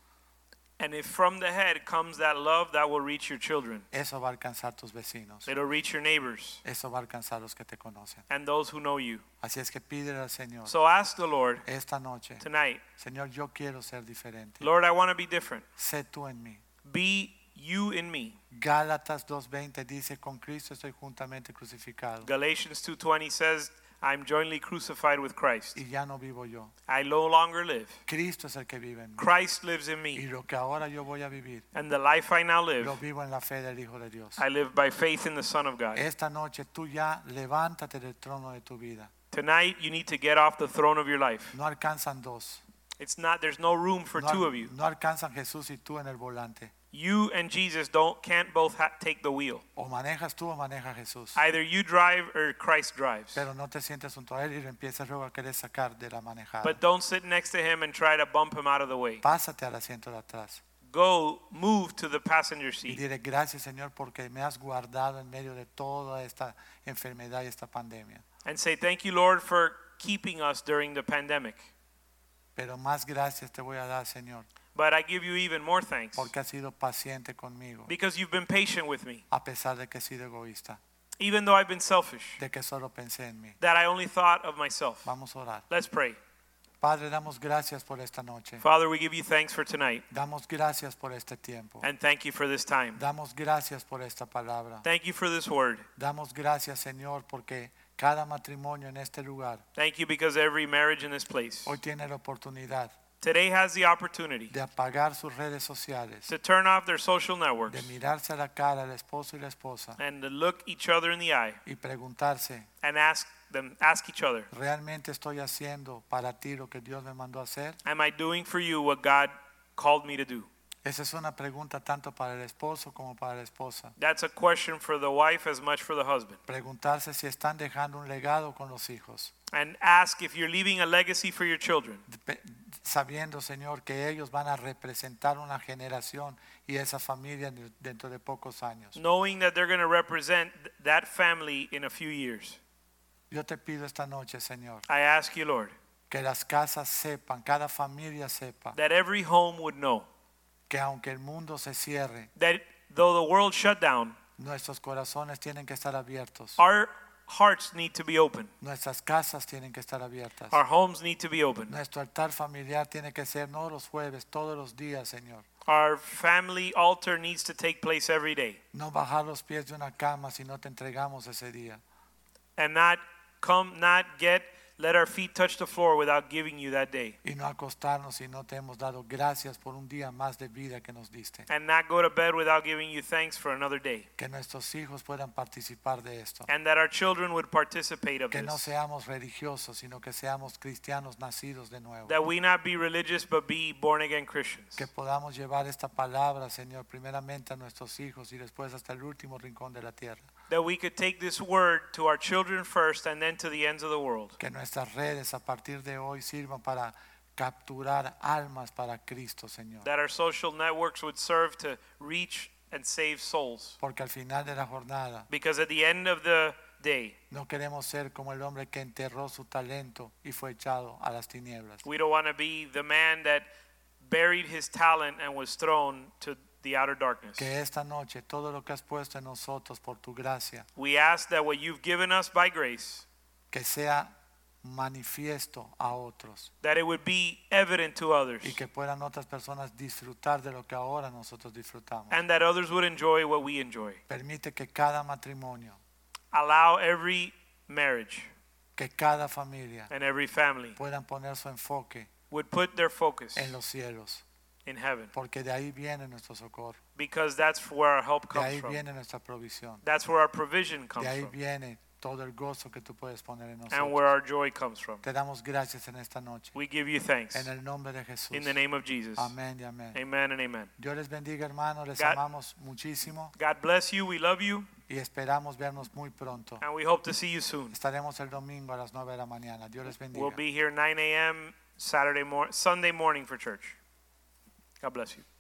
[SPEAKER 2] And if from the head comes that love, that will reach your children.
[SPEAKER 1] eso va a alcanzar tus vecinos,
[SPEAKER 2] It'll reach your neighbors
[SPEAKER 1] eso va a alcanzar los que te conocen.
[SPEAKER 2] and those who know you.
[SPEAKER 1] Así es que pídele al Señor
[SPEAKER 2] So ask the Lord
[SPEAKER 1] esta noche,
[SPEAKER 2] tonight,
[SPEAKER 1] Señor, yo quiero ser diferente.
[SPEAKER 2] Lord, I want to be different.
[SPEAKER 1] Sé tú en mí.
[SPEAKER 2] Be you in me.
[SPEAKER 1] Gálatas 2:20 dice, con Cristo estoy juntamente crucificado
[SPEAKER 2] Galatians 2:20 says, "I'm jointly crucified with Christ.
[SPEAKER 1] y ya no vivo yo.
[SPEAKER 2] I no longer live.
[SPEAKER 1] Cristo es el que vive en mí.
[SPEAKER 2] Christ lives in
[SPEAKER 1] Y
[SPEAKER 2] me,
[SPEAKER 1] lo que ahora yo voy a vivir,
[SPEAKER 2] and the life I now
[SPEAKER 1] lo
[SPEAKER 2] live,
[SPEAKER 1] vivo en la fe del Hijo de Dios.
[SPEAKER 2] I live by faith in the Son of God."
[SPEAKER 1] Esta noche tú ya levántate del trono de tu vida.
[SPEAKER 2] Tonight, you need to get off the throne of your life.
[SPEAKER 1] No alcanzan dos.
[SPEAKER 2] It's not there's no room for
[SPEAKER 1] no, al-
[SPEAKER 2] two of you.
[SPEAKER 1] no alcanzan Jesús y tú en el volante.
[SPEAKER 2] You and Jesus don't can't both ha- take the wheel.
[SPEAKER 1] O manejas tú o maneja Jesús.
[SPEAKER 2] Either you drive or Christ drives.
[SPEAKER 1] Pero no te sientes junto a él y lo empiezas luego a querer sacar de la manejada.
[SPEAKER 2] But don't sit next to him and try to bump him out of the way.
[SPEAKER 1] Pásate al asiento de atrás
[SPEAKER 2] Go, move to the passenger
[SPEAKER 1] y
[SPEAKER 2] seat
[SPEAKER 1] dile gracias Señor porque me has guardado en medio de toda esta enfermedad y esta pandemia.
[SPEAKER 2] and say, Thank you, Lord, for keeping us during the pandemic.
[SPEAKER 1] Pero más gracias te voy a dar Señor
[SPEAKER 2] But I give you even more thanks
[SPEAKER 1] porque has sido paciente conmigo
[SPEAKER 2] because you've been patient with me,
[SPEAKER 1] a pesar de que he sido egoísta,
[SPEAKER 2] even though I've been selfish,
[SPEAKER 1] de que solo pensé en mí.
[SPEAKER 2] that I only thought of myself.
[SPEAKER 1] Vamos a orar.
[SPEAKER 2] Let's pray.
[SPEAKER 1] Padre, damos gracias por esta noche.
[SPEAKER 2] Father, we give you thanks for tonight
[SPEAKER 1] Damos gracias por este tiempo.
[SPEAKER 2] and thank you for this time.
[SPEAKER 1] Damos gracias por esta palabra.
[SPEAKER 2] Thank you for this word.
[SPEAKER 1] Damos gracias, Señor, porque cada matrimonio en este lugar
[SPEAKER 2] Thank you because every marriage in this place
[SPEAKER 1] hoy tiene la oportunidad
[SPEAKER 2] today has the opportunity
[SPEAKER 1] de apagar sus redes sociales,
[SPEAKER 2] to turn off their social networks
[SPEAKER 1] de mirarse a la cara al esposo y la esposa
[SPEAKER 2] and to look each other in the eye
[SPEAKER 1] y preguntarse,
[SPEAKER 2] and ask them ask each other
[SPEAKER 1] ¿realmente estoy haciendo para ti lo que Dios me mandó a hacer?
[SPEAKER 2] am i doing for you what god called me to do
[SPEAKER 1] Esa es una pregunta tanto para el esposo como para la esposa.
[SPEAKER 2] that's a question for the wife as much for the husband
[SPEAKER 1] Preguntarse si están dejando un legado con los hijos,
[SPEAKER 2] and ask if you're leaving a legacy for your children
[SPEAKER 1] pe- sabiendo, Señor, que ellos van a representar una generación y esa familia de- dentro de pocos años.
[SPEAKER 2] knowing that they're going to represent th- that family in a few years
[SPEAKER 1] Yo te pido esta noche, Señor,
[SPEAKER 2] i ask you lord
[SPEAKER 1] que que las casas sepan, cada familia sepa,
[SPEAKER 2] that every home would know
[SPEAKER 1] que aunque el mundo se cierre,
[SPEAKER 2] that though the world shut down,
[SPEAKER 1] nuestros corazones tienen que estar abiertos,
[SPEAKER 2] our hearts need to be open,
[SPEAKER 1] nuestras casas tienen que estar abiertas,
[SPEAKER 2] our homes need to be open,
[SPEAKER 1] nuestro altar familiar tiene que ser no los jueves, todos los días, Señor.
[SPEAKER 2] our family altar needs to take place every day,
[SPEAKER 1] No bajar los pies de una cama si no te entregamos ese día.
[SPEAKER 2] and not come, not get, let our feet touch the floor without giving you that day,
[SPEAKER 1] Y no acostarnos si no te hemos dado gracias por un día más de vida que nos diste.
[SPEAKER 2] and not go to bed without giving you thanks for another day,
[SPEAKER 1] Que nuestros hijos puedan participar de esto.
[SPEAKER 2] and that our children would participate of
[SPEAKER 1] Que no
[SPEAKER 2] this.
[SPEAKER 1] seamos religiosos, sino que seamos cristianos nacidos de nuevo.
[SPEAKER 2] That we not be religious but be born again Christians.
[SPEAKER 1] Que podamos llevar esta palabra, Señor, primeramente a nuestros hijos y después hasta el último rincón de la tierra.
[SPEAKER 2] That we could take this word to our children first and then to the ends of the world.
[SPEAKER 1] Que nuestras redes a partir de hoy sirvan para capturar almas para Cristo, Señor.
[SPEAKER 2] that our social networks would serve to reach and save souls.
[SPEAKER 1] Porque al final de la jornada
[SPEAKER 2] Because at the end of the day,
[SPEAKER 1] no queremos ser como el hombre que enterró su talento y fue echado a las tinieblas.
[SPEAKER 2] we don't want to be the man that buried his talent and was thrown to the outer darkness.
[SPEAKER 1] Que esta noche todo lo que has puesto en nosotros por tu gracia,
[SPEAKER 2] We ask that what you've given us by grace,
[SPEAKER 1] que sea manifiesto a otros
[SPEAKER 2] that it would be evident to others
[SPEAKER 1] y que puedan otras personas disfrutar de lo que ahora nosotros disfrutamos.
[SPEAKER 2] and that others would enjoy what we enjoy.
[SPEAKER 1] Permite que cada matrimonio,
[SPEAKER 2] Allow every marriage
[SPEAKER 1] que cada familia
[SPEAKER 2] and every family
[SPEAKER 1] puedan poner su enfoque
[SPEAKER 2] would put their focus
[SPEAKER 1] en los cielos,
[SPEAKER 2] in heaven
[SPEAKER 1] porque de ahí viene nuestro socorro,
[SPEAKER 2] because that's where our help
[SPEAKER 1] de
[SPEAKER 2] comes
[SPEAKER 1] ahí
[SPEAKER 2] from.
[SPEAKER 1] viene nuestra provisión,
[SPEAKER 2] That's where our provision comes
[SPEAKER 1] de ahí
[SPEAKER 2] from.
[SPEAKER 1] viene todo el gozo que tú puedes poner en
[SPEAKER 2] and where
[SPEAKER 1] nosotros.
[SPEAKER 2] our joy comes from.
[SPEAKER 1] Te damos gracias en esta noche,
[SPEAKER 2] We give you thanks
[SPEAKER 1] en el nombre de Jesús.
[SPEAKER 2] in the name of Jesus.
[SPEAKER 1] Amén y amén.
[SPEAKER 2] Amen and amen.
[SPEAKER 1] Dios les bendiga, hermanos. Les
[SPEAKER 2] God-
[SPEAKER 1] amamos muchísimo
[SPEAKER 2] God bless you. We love you,
[SPEAKER 1] y esperamos vernos muy pronto.
[SPEAKER 2] and we hope to see you soon.
[SPEAKER 1] Estaremos el domingo a las 9 de la mañana. Dios les bendiga.
[SPEAKER 2] We'll be here 9 a.m. Saturday mor- Sunday morning for church. God bless you.